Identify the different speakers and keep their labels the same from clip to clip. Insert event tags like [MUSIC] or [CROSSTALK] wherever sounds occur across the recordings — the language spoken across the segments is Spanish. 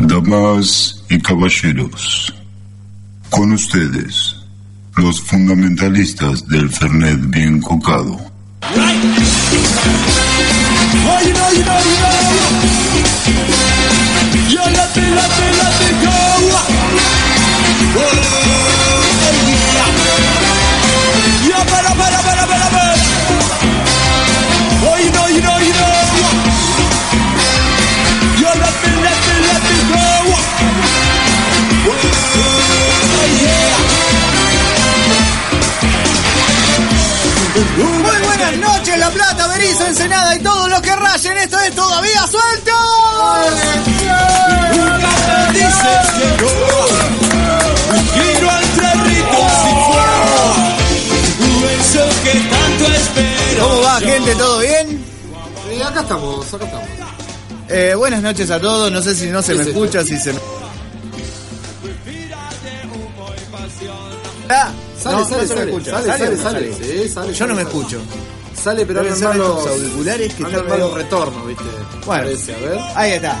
Speaker 1: Damas y caballeros, con ustedes, los fundamentalistas del Fernet bien cocado.
Speaker 2: Muy buenas noches, La Plata, Berizo, Ensenada y todos los que rayen. Esto es todavía suelto.
Speaker 3: Nunca me dices que no. Un giro entre ritos y fuego. Eso que tanto espero.
Speaker 2: ¿Cómo va, gente? ¿Todo bien?
Speaker 4: Eh, acá estamos, acá estamos.
Speaker 2: Eh, buenas noches a todos. No sé si no se me
Speaker 4: Sí, sí.
Speaker 2: escucha, si se me. Ah,
Speaker 4: Sale,
Speaker 2: no,
Speaker 4: sale,
Speaker 2: no se me
Speaker 4: sale,
Speaker 2: escucha.
Speaker 4: sale, sale,
Speaker 2: o no
Speaker 4: sale, sí, sale,
Speaker 2: Yo no me
Speaker 4: sale.
Speaker 2: escucho.
Speaker 4: Sale, pero
Speaker 2: Deben
Speaker 4: ahora
Speaker 2: ser
Speaker 4: los
Speaker 2: estos auriculares que
Speaker 4: andan
Speaker 2: están
Speaker 4: malos
Speaker 2: medio-
Speaker 4: retornos, ¿viste?
Speaker 2: Bueno.
Speaker 4: Parece, a ver.
Speaker 2: Ahí está.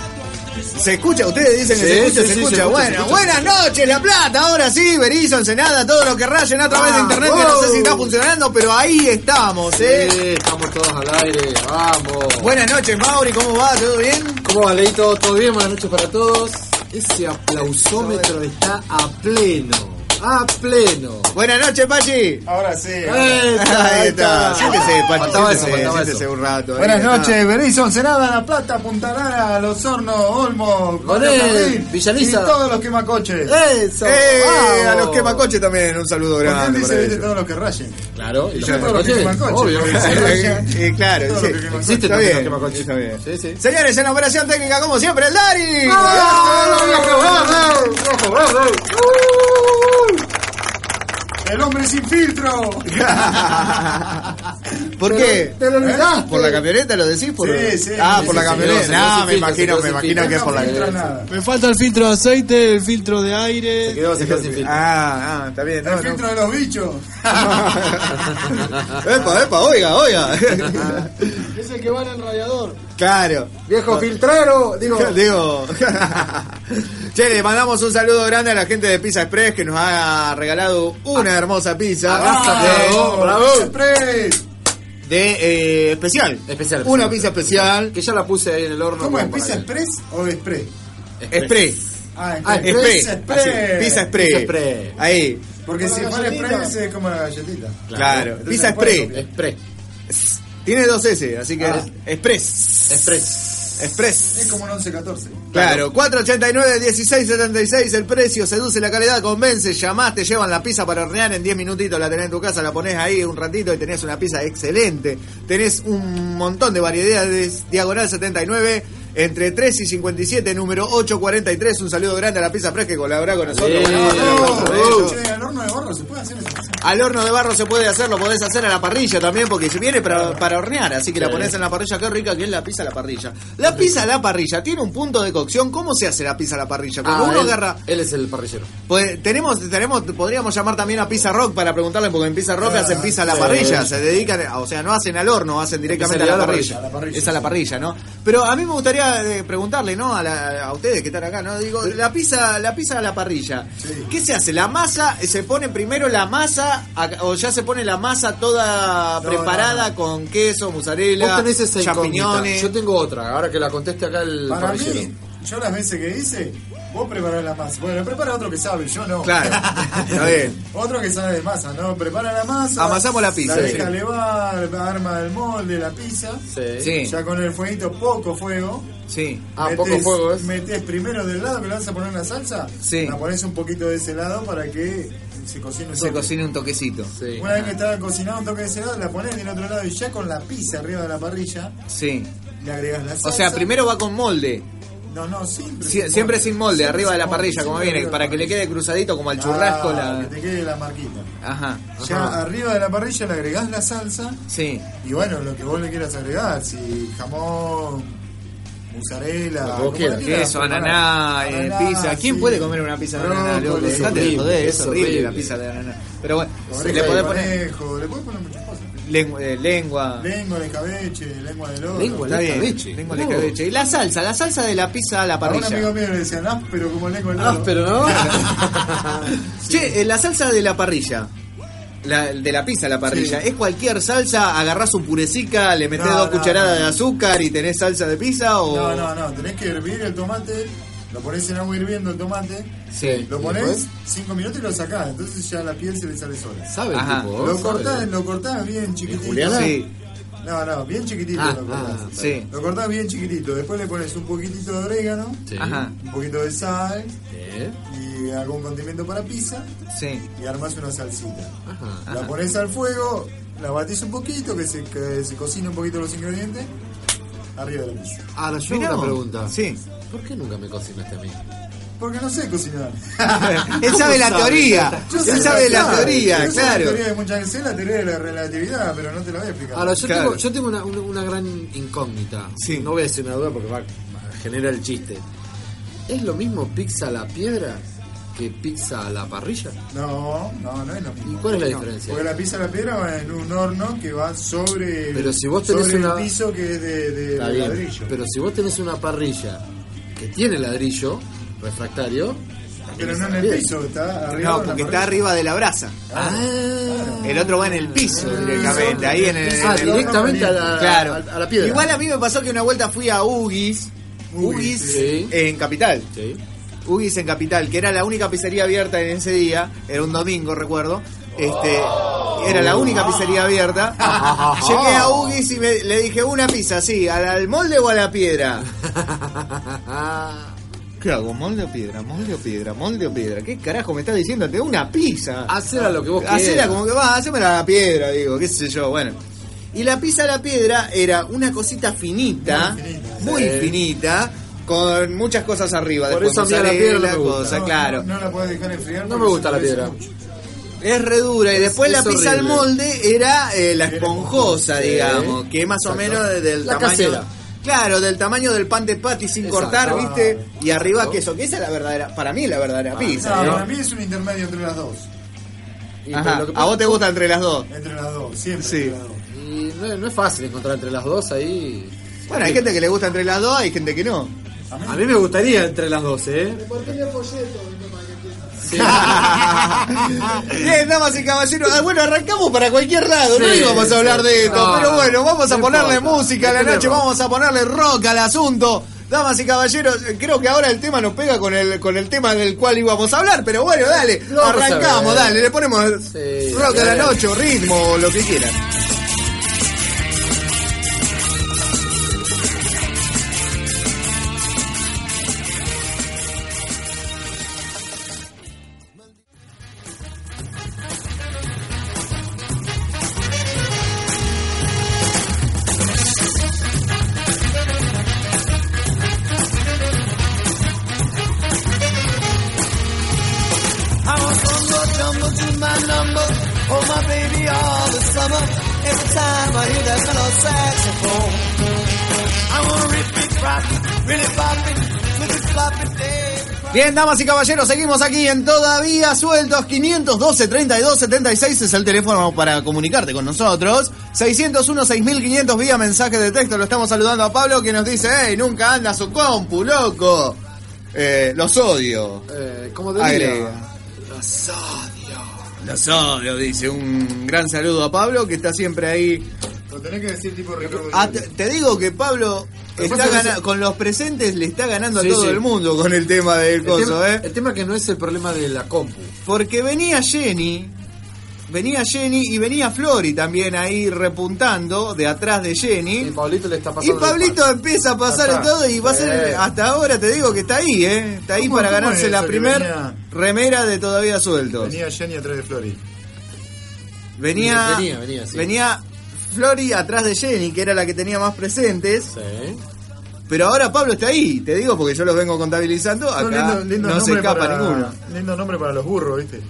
Speaker 2: ¿Se escucha? Ustedes dicen que
Speaker 4: Sí,
Speaker 2: se escucha,
Speaker 4: sí,
Speaker 2: se,
Speaker 4: sí,
Speaker 2: escucha.
Speaker 4: se escucha,
Speaker 2: Bueno,
Speaker 4: se escucha.
Speaker 2: buenas noches, La Plata. Ahora sí, Berizo, Ensenada, todo lo que rayen a través de internet. que no sé si está
Speaker 4: Wow.
Speaker 2: funcionando, pero ahí estamos, ¿eh?
Speaker 4: Sí, estamos todos al aire, vamos.
Speaker 2: Buenas noches, Mauri. ¿Cómo va? ¿Todo bien?
Speaker 4: ¿Cómo va, Leito? ¿Todo bien? Buenas noches para todos. Ese aplausómetro está a pleno, a pleno.
Speaker 2: Buenas noches, Pachi.
Speaker 5: Ahora sí.
Speaker 2: [LAUGHS] Ahí está. Siéntese, Pachi.
Speaker 4: Faltaba eso,
Speaker 2: siéntese,
Speaker 4: faltaba
Speaker 2: siéntese
Speaker 4: eso.
Speaker 2: un rato. ahí
Speaker 5: Buenas
Speaker 2: está.
Speaker 5: noches, Berizon, Senada, La Plata, Punta Lara, Los Hornos, Olmo,
Speaker 4: Gonet,
Speaker 5: Carril,
Speaker 4: Villaliza.
Speaker 5: Y todos los quemacoches.
Speaker 4: ¡Eso!
Speaker 2: ¡Eh!
Speaker 4: vamos.
Speaker 2: A los quemacoches también, un saludo
Speaker 5: Porque él
Speaker 2: grande.
Speaker 5: dice,
Speaker 2: para
Speaker 5: viste,
Speaker 2: ellos.
Speaker 5: todos los que rayen.
Speaker 4: Claro, y los
Speaker 5: yo todos los
Speaker 4: quemacoches,
Speaker 5: quemacoches.
Speaker 4: obvio.
Speaker 2: Eh, claro,
Speaker 5: Todo
Speaker 2: sí.
Speaker 5: lo que quemacoches.
Speaker 4: Existen
Speaker 2: Está
Speaker 4: también los
Speaker 2: bien,
Speaker 4: quemacoches.
Speaker 2: está bien.
Speaker 4: Sí, sí.
Speaker 2: Señores, en la operación técnica, como siempre, el Dari.
Speaker 6: ¡Ah! ¡Uh!
Speaker 5: El hombre sin filtro.
Speaker 2: ¿Por qué?
Speaker 5: Te lo olvidaste.
Speaker 2: ¿Por la camioneta lo decís? Por...
Speaker 5: Sí, sí,
Speaker 2: ah,
Speaker 5: sí,
Speaker 2: por
Speaker 5: sí,
Speaker 2: la
Speaker 5: sí,
Speaker 2: camioneta.
Speaker 4: sí,
Speaker 2: no,
Speaker 4: sí,
Speaker 2: me
Speaker 4: sí,
Speaker 2: imagino, me
Speaker 4: sí, sí,
Speaker 2: imagino
Speaker 4: sí,
Speaker 2: que es
Speaker 5: No
Speaker 2: por la
Speaker 5: filtra
Speaker 2: camioneta.
Speaker 5: nada.
Speaker 6: Me falta el filtro de aceite, el filtro de aire.
Speaker 4: Quedó, se quedó sin filtro.
Speaker 2: Ah, ah, está bien. no,
Speaker 5: El
Speaker 2: no.
Speaker 5: filtro de los bichos.
Speaker 2: [LAUGHS] epa, epa, oiga, oiga.
Speaker 6: Es el que va en el radiador.
Speaker 2: [LAUGHS] claro.
Speaker 4: Viejo filtrero, digo.
Speaker 2: Digo. [LAUGHS] Che, le mandamos un saludo grande a la gente de Pizza Express que nos ha regalado una hermosa pizza.
Speaker 4: Ah, bravo, bravo.
Speaker 5: Siempre.
Speaker 2: De, de, eh, especial.
Speaker 4: Especial,
Speaker 2: Una
Speaker 4: especial.
Speaker 2: pizza especial.
Speaker 4: Que ya la puse ahí en el horno.
Speaker 5: ¿Cómo es?
Speaker 4: como para
Speaker 5: ¿Pizza
Speaker 4: que-
Speaker 5: Express o Express?
Speaker 2: Express.
Speaker 5: Ah,
Speaker 4: Ah,
Speaker 5: Express.
Speaker 2: Express.
Speaker 5: Pizza Express.
Speaker 2: Así, Pizza Express.
Speaker 4: Pizza Express.
Speaker 2: Ahí.
Speaker 5: Porque si fuera Express se come la galletita.
Speaker 2: Claro.
Speaker 5: Entonces
Speaker 2: Pizza
Speaker 5: no puede
Speaker 2: Express.
Speaker 4: Express.
Speaker 2: Tiene dos S, así que
Speaker 4: Ah.
Speaker 2: es Express.
Speaker 4: Express.
Speaker 2: Express.
Speaker 5: Es como un 11-14.
Speaker 2: Claro, 489-1676 el precio, seduce la calidad, convence, llamás, te llevan la pizza para hornear en 10 minutitos, la tenés en tu casa, la ponés ahí un ratito y tenés una pizza excelente. Tenés un montón de variedades, diagonal 79, entre 3 y 57, número 843, un saludo grande a la pizza fresca que colaborá con nosotros.
Speaker 4: Sí.
Speaker 2: Buena onda, la pizza fresca.
Speaker 5: Che, al horno de barro se puede hacer eso.
Speaker 2: Al horno de barro se puede hacer, lo podés hacer a la parrilla también, porque se viene para, para hornear, así que la ponés en la parrilla, qué rica que es la pizza a la parrilla. La pizza a la parrilla tiene un punto de cocción, ¿cómo se hace la pizza a la parrilla? Cuando
Speaker 4: Ah,
Speaker 2: uno
Speaker 4: él,
Speaker 2: agarra...
Speaker 4: él es el parrillero.
Speaker 2: pues, tenemos, tenemos, podríamos llamar también a Pizza Rock para preguntarle, porque en Pizza Rock hacen pizza a la
Speaker 4: Ah, sí.
Speaker 2: parrilla, se dedican, a- o sea, no hacen al horno, hacen directamente a la,
Speaker 4: Pizzería a la
Speaker 2: parrilla.
Speaker 4: parrilla, a la parrilla.
Speaker 2: Es a la parrilla, ¿no? Pero a mí me gustaría eh, preguntarle, ¿no? A, la- a ustedes que están acá, ¿no? Digo, la pizza, la pizza a la parrilla. ¿Qué se hace? ¿La masa? eh, ¿Se pone primero la masa a- o ya se pone la masa toda preparada con queso, mozzarella,
Speaker 4: Vos tenés esa incógnita.
Speaker 2: champiñones?
Speaker 4: Yo tengo otra, ahora que la conteste acá el
Speaker 5: Para
Speaker 4: parrillero.
Speaker 5: mí, yo las veces que hice, vos preparás la masa. Bueno, prepara otro que sabe, yo no.
Speaker 2: Claro, está bien.
Speaker 5: [LAUGHS] Otro que sabe de masa, ¿no? Prepara la masa.
Speaker 2: Amasamos la pizza,
Speaker 5: La
Speaker 2: sí.
Speaker 5: deja levar, arma el molde, la pizza.
Speaker 4: Sí.
Speaker 2: Sí.
Speaker 5: Ya con el fueguito, poco fuego.
Speaker 2: Sí.
Speaker 4: Ah, poco fuego, ¿ves?
Speaker 5: Metés primero del lado que le vas a poner la salsa.
Speaker 2: Sí.
Speaker 5: La pones un poquito de ese lado para que se cocine un
Speaker 2: Se
Speaker 5: toque.
Speaker 2: cocina un toquecito.
Speaker 4: Sí.
Speaker 5: Una vez que está cocinado un toque de ese lado, la pones del otro lado y ya con la pizza arriba de la parrilla,
Speaker 2: Sí.
Speaker 5: le agregas la salsa.
Speaker 2: O sea, primero va con molde.
Speaker 5: No, no, siempre.
Speaker 2: Sie- siempre sin molde,
Speaker 5: Siempre
Speaker 2: arriba de
Speaker 5: sin
Speaker 2: la
Speaker 5: molde,
Speaker 2: parrilla, como
Speaker 5: siempre
Speaker 2: viene,
Speaker 5: arriba de
Speaker 2: para
Speaker 5: la
Speaker 2: que le
Speaker 5: parrilla.
Speaker 2: quede cruzadito como al churrasco
Speaker 5: Ah,
Speaker 2: la.
Speaker 5: Que te quede la marquita.
Speaker 2: Ajá.
Speaker 5: Ya ah, arriba de la parrilla le agregás la salsa
Speaker 2: Sí.
Speaker 5: y bueno, lo que vos le quieras agregar, si jamón, mozzarella,
Speaker 4: vos
Speaker 5: como le
Speaker 4: quieras.
Speaker 5: quieras
Speaker 2: Queso,
Speaker 5: preparar.
Speaker 2: ananá, eh,
Speaker 5: Ananá,
Speaker 2: pizza. ¿Quién
Speaker 5: sí.
Speaker 2: puede comer una pizza de ananá, loco?
Speaker 5: Brócoli,
Speaker 2: Dejate de
Speaker 4: horrible,
Speaker 2: joder, es
Speaker 4: es
Speaker 2: horrible la
Speaker 4: horrible.
Speaker 2: pizza de ananá. Pero bueno,
Speaker 5: oreja
Speaker 2: le
Speaker 5: de
Speaker 2: podés poner.
Speaker 5: conejo, le podés poner muchas cosas.
Speaker 2: Lengua. eh, lengua.
Speaker 5: Lengua de cabeche, lengua de loro.
Speaker 4: Lengua.
Speaker 2: Está
Speaker 4: de
Speaker 2: bien.
Speaker 4: escabeche.
Speaker 2: Lengua de
Speaker 4: No.
Speaker 2: escabeche. Y la salsa, la salsa de la pizza a la
Speaker 5: A un
Speaker 2: parrilla. Ah,
Speaker 5: amigo mío le decían áspero como lengua de loro.
Speaker 4: Áspero,
Speaker 5: [LAUGHS]
Speaker 4: ¿no?
Speaker 2: Che, eh, la salsa de la parrilla. La, de la pizza a la parrilla. ¿Es cualquier salsa? ¿Agarrás un purecica, le metés
Speaker 5: No,
Speaker 2: dos
Speaker 5: no,
Speaker 2: cucharadas
Speaker 5: no.
Speaker 2: de azúcar y tenés salsa de pizza? O...
Speaker 5: No, no, no. Tenés que hervir el tomate. Lo ponés en agua hirviendo el tomate.
Speaker 4: Sí.
Speaker 5: Lo ponés 5 minutos y lo sacás. Entonces ya la piel se le sale sola.
Speaker 4: ¿Sabe el
Speaker 2: Ajá.
Speaker 4: tipo?
Speaker 5: Lo
Speaker 4: ¿Sabe?
Speaker 5: cortás, lo cortás bien chiquitito.
Speaker 4: Juliana?
Speaker 2: Sí,
Speaker 5: No, no, bien chiquitito
Speaker 4: Ah,
Speaker 5: lo cortás.
Speaker 4: ah,
Speaker 2: sí.
Speaker 5: Lo cortás bien chiquitito. Después le pones un poquitito de orégano,
Speaker 4: Sí.
Speaker 2: Ajá.
Speaker 5: un poquito de sal
Speaker 4: Sí.
Speaker 5: y algún condimento para pizza
Speaker 2: Sí.
Speaker 5: y armás una salsita.
Speaker 4: Ajá.
Speaker 5: La pones al fuego, la batís un poquito, que se, que se cocina un poquito los ingredientes, arriba de la pizza.
Speaker 4: Ahora, yo
Speaker 2: Mirá
Speaker 4: hago
Speaker 2: vos.
Speaker 4: una pregunta.
Speaker 5: [LAUGHS]
Speaker 2: Sí.
Speaker 4: ¿Por qué nunca me este cocinaste a mí?
Speaker 5: Porque no sé cocinar.
Speaker 2: Él sabe la
Speaker 4: sabe?
Speaker 2: teoría.
Speaker 5: Yo
Speaker 2: Él
Speaker 5: sé
Speaker 2: sabe la
Speaker 5: cocinar.
Speaker 2: teoría,
Speaker 5: Yo sé la
Speaker 2: claro.
Speaker 5: teoría de muchas sé la teoría de la relatividad, pero no te la voy a explicar.
Speaker 4: Ahora, yo
Speaker 2: Claro.
Speaker 4: tengo, yo tengo una, una- una gran incógnita.
Speaker 2: Sí.
Speaker 4: No voy a decir una duda porque va a generar el chiste. ¿Es lo mismo pizza a la piedra que pizza a la parrilla?
Speaker 5: No, no, no es lo
Speaker 4: ¿Y
Speaker 5: mismo.
Speaker 4: cuál es la
Speaker 5: No,
Speaker 4: diferencia?
Speaker 5: Porque la pizza a la piedra va en un horno que va sobre,
Speaker 4: Pero si vos tenés
Speaker 5: sobre
Speaker 4: una-
Speaker 5: el piso que es de, de-
Speaker 4: Está
Speaker 5: de
Speaker 4: bien,
Speaker 5: ladrillo.
Speaker 4: Pero si vos tenés una parrilla que tiene ladrillo refractario. también
Speaker 5: Pero
Speaker 4: es
Speaker 5: no en
Speaker 4: la
Speaker 5: el
Speaker 4: piedra.
Speaker 5: piso, está arriba.
Speaker 2: No,
Speaker 5: en la
Speaker 2: porque está
Speaker 5: parrilla.
Speaker 2: arriba de la brasa.
Speaker 4: Ah.
Speaker 2: El otro va en el piso
Speaker 5: Ah.
Speaker 2: directamente, ahí en el...
Speaker 4: Ah,
Speaker 2: en el-
Speaker 4: directamente a la,
Speaker 2: Claro.
Speaker 4: a, a la piedra.
Speaker 2: Igual a mí me pasó que una vuelta fui a Ugis, Ugis
Speaker 5: Ugis,
Speaker 4: sí.
Speaker 2: en Capital.
Speaker 4: Sí.
Speaker 2: Ugis en Capital, que era la única pizzería abierta en ese día, era un domingo, recuerdo. Este, era la única pizzería [LAUGHS] abierta. Llegué a Ugis y me- le dije una pizza, sí, ¿al, al molde o a la piedra. ¿Qué hago? ¿Molde o piedra? ¿Molde o piedra? ¿Molde o piedra? ¿Qué carajo me estás diciendo? Te doy una pizza.
Speaker 4: Hacela lo que vos quieras.
Speaker 2: Hacela como que va, hacémela a la piedra, digo, qué sé yo, bueno. Y la pizza a la piedra era una cosita finita, muy
Speaker 5: Muy
Speaker 2: finita,
Speaker 5: finita.
Speaker 4: Sí.
Speaker 2: con muchas cosas arriba.
Speaker 4: Por
Speaker 2: después
Speaker 4: eso a mí a la
Speaker 2: mozzarella,
Speaker 4: piedra no me gusta.
Speaker 2: cosa,
Speaker 5: No,
Speaker 2: claro.
Speaker 5: No, no la puedes dejar enfriar.
Speaker 4: No me
Speaker 5: porque
Speaker 4: gusta
Speaker 5: se
Speaker 4: la
Speaker 5: endurece
Speaker 4: piedra.
Speaker 5: mucho.
Speaker 2: Es re dura. Y después
Speaker 4: Es
Speaker 2: la pizza al
Speaker 4: horrible.
Speaker 2: molde era eh, la esponjosa,
Speaker 4: Sí.
Speaker 2: digamos, que más o
Speaker 4: Exacto.
Speaker 2: menos de- del
Speaker 4: La
Speaker 2: tamaño.
Speaker 4: casera.
Speaker 2: Claro, del tamaño del pan de patty sin
Speaker 4: Exacto.
Speaker 2: cortar, ¿viste? Y arriba
Speaker 4: Ah, Exacto.
Speaker 2: queso, que esa es la verdadera, para mí la verdadera
Speaker 4: Ah,
Speaker 2: pizza. ¿eh?
Speaker 5: No,
Speaker 2: ¿no?
Speaker 5: para mí es un intermedio entre las dos.
Speaker 4: Y,
Speaker 2: Ajá.
Speaker 4: pero lo que
Speaker 2: A
Speaker 4: pasa-
Speaker 2: vos te gusta entre las dos.
Speaker 5: Entre las dos, siempre.
Speaker 2: Sí.
Speaker 5: entre las dos.
Speaker 4: y no, no es fácil encontrar entre las dos ahí.
Speaker 2: Bueno, hay gente que le gusta entre las dos, hay gente que no.
Speaker 4: A mí me gustaría entre las dos, ¿eh?
Speaker 6: ¿Por qué le folleto? No, para que entienda.
Speaker 2: [LAUGHS] Bien, damas y caballeros. Ah, bueno, arrancamos para cualquier lado. no
Speaker 4: Sí,
Speaker 2: íbamos
Speaker 4: sí.
Speaker 2: a hablar de esto.
Speaker 4: No,
Speaker 2: pero bueno, vamos a
Speaker 4: no
Speaker 2: ponerle
Speaker 4: importa. Este
Speaker 2: música a la
Speaker 4: Tenemos.
Speaker 2: noche. Vamos a ponerle rock al asunto. Damas y caballeros, eh, creo que ahora el tema nos pega con el, con el tema del cual íbamos a hablar. Pero bueno, dale.
Speaker 4: Lo vamos a
Speaker 2: arrancamos,
Speaker 4: ver.
Speaker 2: dale. Le ponemos
Speaker 4: Sí,
Speaker 2: rock a la
Speaker 4: dale.
Speaker 2: noche, ritmo, o lo que quieran.
Speaker 7: I was on your jumbo to my number. Oh, my baby, all the summer. Every time I hear that mellow saxophone. I wanna rip it, rock it, really pop it, flip it, flop it, baby.
Speaker 2: Bien, damas y caballeros, seguimos aquí en Todavía Sueltos. 512 32 76 es el teléfono para comunicarte con nosotros. 601 6500 vía mensaje de texto. Lo estamos saludando a Pablo que nos dice: ¡Ey, nunca anda su compu, loco! Eh, los odio.
Speaker 4: Eh, ¿Cómo te diría?
Speaker 2: Agrega. Los odio. Los odio, dice. Un gran saludo a Pablo que está siempre ahí.
Speaker 5: Lo tenés que decir tipo Ricardo.
Speaker 2: Ah, te, te digo que Pablo. Está
Speaker 4: Después-
Speaker 2: gana- con los presentes le está ganando
Speaker 4: Sí,
Speaker 2: a todo
Speaker 4: sí.
Speaker 2: el mundo con el tema del
Speaker 4: El
Speaker 2: coso,
Speaker 4: tema,
Speaker 2: ¿eh?
Speaker 4: el tema que no es el problema de la compu.
Speaker 2: Porque venía Jenny, venía Jenny y venía Flori también ahí repuntando de atrás de
Speaker 4: Y
Speaker 2: Jenny.
Speaker 4: Pablito le está
Speaker 2: Y
Speaker 4: pasando.
Speaker 2: Pablito empieza a pasar
Speaker 4: Acá.
Speaker 2: en todo y va a ser,
Speaker 4: Eh.
Speaker 2: hasta ahora te digo que está ahí, ¿eh? Está ahí
Speaker 5: ¿Cómo-
Speaker 2: para
Speaker 5: cómo
Speaker 2: ganarse
Speaker 5: es
Speaker 2: la
Speaker 5: eso que
Speaker 2: primer
Speaker 5: venía?
Speaker 2: remera de Todavía Sueltos.
Speaker 5: Venía Jenny atrás de Flori.
Speaker 2: Venía,
Speaker 4: Venía, venía, sí.
Speaker 2: venía Flori atrás de Jenny, que era la que tenía más presentes.
Speaker 4: Sí.
Speaker 2: Pero ahora Pablo está ahí, te digo, porque yo los vengo contabilizando. Acá
Speaker 5: Son lindos- lindos
Speaker 2: no se
Speaker 5: nombres
Speaker 2: escapa
Speaker 5: para-
Speaker 2: ninguno.
Speaker 5: Lindo nombre para los burros, ¿viste?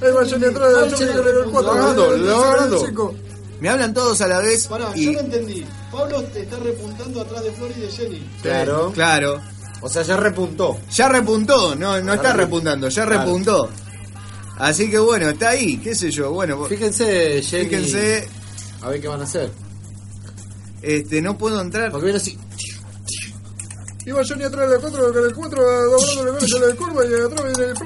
Speaker 5: Ahí va Jenny atrás de
Speaker 4: Ah,
Speaker 5: yo
Speaker 4: Jenny,
Speaker 5: me quiero ver el cuatro,
Speaker 4: lo agarrando,
Speaker 5: eh,
Speaker 4: lo
Speaker 5: eh,
Speaker 4: agarrando.
Speaker 5: chico.
Speaker 2: Me hablan todos a la vez.
Speaker 6: Pará,
Speaker 2: y,
Speaker 6: yo no entendí. Pablo te está repuntando atrás de Flor y de Jenny.
Speaker 4: Claro.
Speaker 2: claro.
Speaker 4: O sea, ya repuntó.
Speaker 2: Ya repuntó, no, no está
Speaker 4: Claro.
Speaker 2: repuntando, ya repuntó. Así que bueno, está ahí, qué sé yo, bueno,
Speaker 4: Fíjense, Jenny.
Speaker 2: fíjense
Speaker 4: A ver qué van a hacer.
Speaker 2: Este, no puedo entrar.
Speaker 4: Porque viene así.
Speaker 5: Iba Johnny atrás de la 4, con el 4, doblándole con el de curva y atrás viene el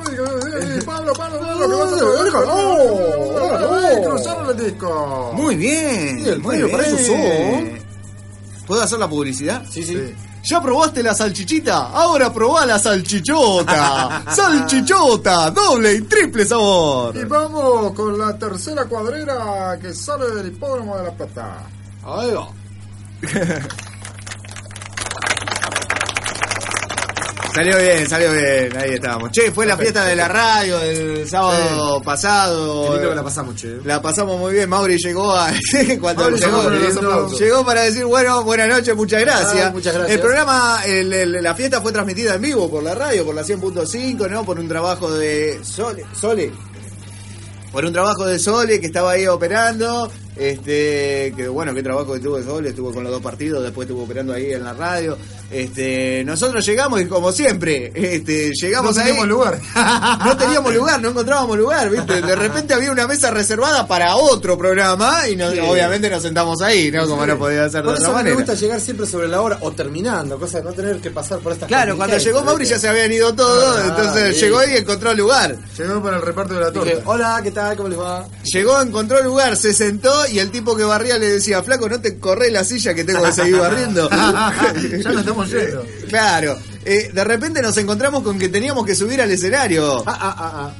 Speaker 5: Freddy. Pablo, Pablo, Pablo, que vas a hacer. Cruzaron el disco.
Speaker 2: Muy bien.
Speaker 5: Sí, el
Speaker 2: muy
Speaker 5: premio para
Speaker 2: bien.
Speaker 5: eso
Speaker 2: ¿Puedo hacer la publicidad?
Speaker 4: Sí, sí.
Speaker 2: Ya probaste la salchichita, ahora probá la
Speaker 5: [LAUGHS]
Speaker 2: salchichota. Salchichota, doble y triple
Speaker 5: Y
Speaker 2: sabor.
Speaker 5: vamos con la tercera cuadrera que sale del hipódromo de La Plata.
Speaker 4: Ahí va.
Speaker 2: Salió bien, salió bien, ahí estábamos. Che, fue la fiesta de la radio del sábado
Speaker 4: Qué
Speaker 2: pasado.
Speaker 4: lindo que la pasamos, che.
Speaker 2: La pasamos muy bien, Mauri llegó a, [LAUGHS] cuando
Speaker 4: Mauri
Speaker 2: llegó,
Speaker 4: llegó con los aplausos.
Speaker 2: llegó para decir, bueno, buenas noches, muchas gracias.
Speaker 4: Ah, muchas gracias.
Speaker 2: El programa, el- el- la fiesta fue transmitida en vivo por la radio, por la 100.5, ¿no? Por un trabajo de Sole, Sole. Por un trabajo de Sole que estaba ahí operando, este, que bueno, qué trabajo que tuvo Sole, estuvo con los dos partidos, después estuvo operando ahí en la radio. Este, nosotros llegamos y como siempre, este, llegamos
Speaker 5: No
Speaker 2: ahí.
Speaker 5: teníamos lugar.
Speaker 2: No teníamos lugar, no encontrábamos lugar, ¿viste? De repente había una mesa reservada para otro programa y nos- obviamente nos sentamos ahí, ¿no? Como no podía ser de
Speaker 4: Por
Speaker 2: otra
Speaker 4: eso me
Speaker 2: manera.
Speaker 4: gusta llegar siempre sobre la hora o terminando, cosa de no tener que pasar por estas
Speaker 2: Claro, cuando llegó Mauri ya se habían ido todos,
Speaker 4: Ah,
Speaker 2: entonces
Speaker 4: bien.
Speaker 2: llegó y encontró lugar.
Speaker 5: Llegó para el reparto de la
Speaker 4: Dije,
Speaker 5: torta.
Speaker 4: hola, ¿qué tal? ¿Cómo les va?
Speaker 2: Llegó, encontró lugar, se sentó y el tipo que barría le decía, flaco, no te corré la silla que tengo que seguir [LAUGHS] barriendo.
Speaker 5: ya nos estamos yendo.
Speaker 2: claro. Eh, de repente nos encontramos con que teníamos que subir al escenario.
Speaker 4: Ah, ah, ah, ah.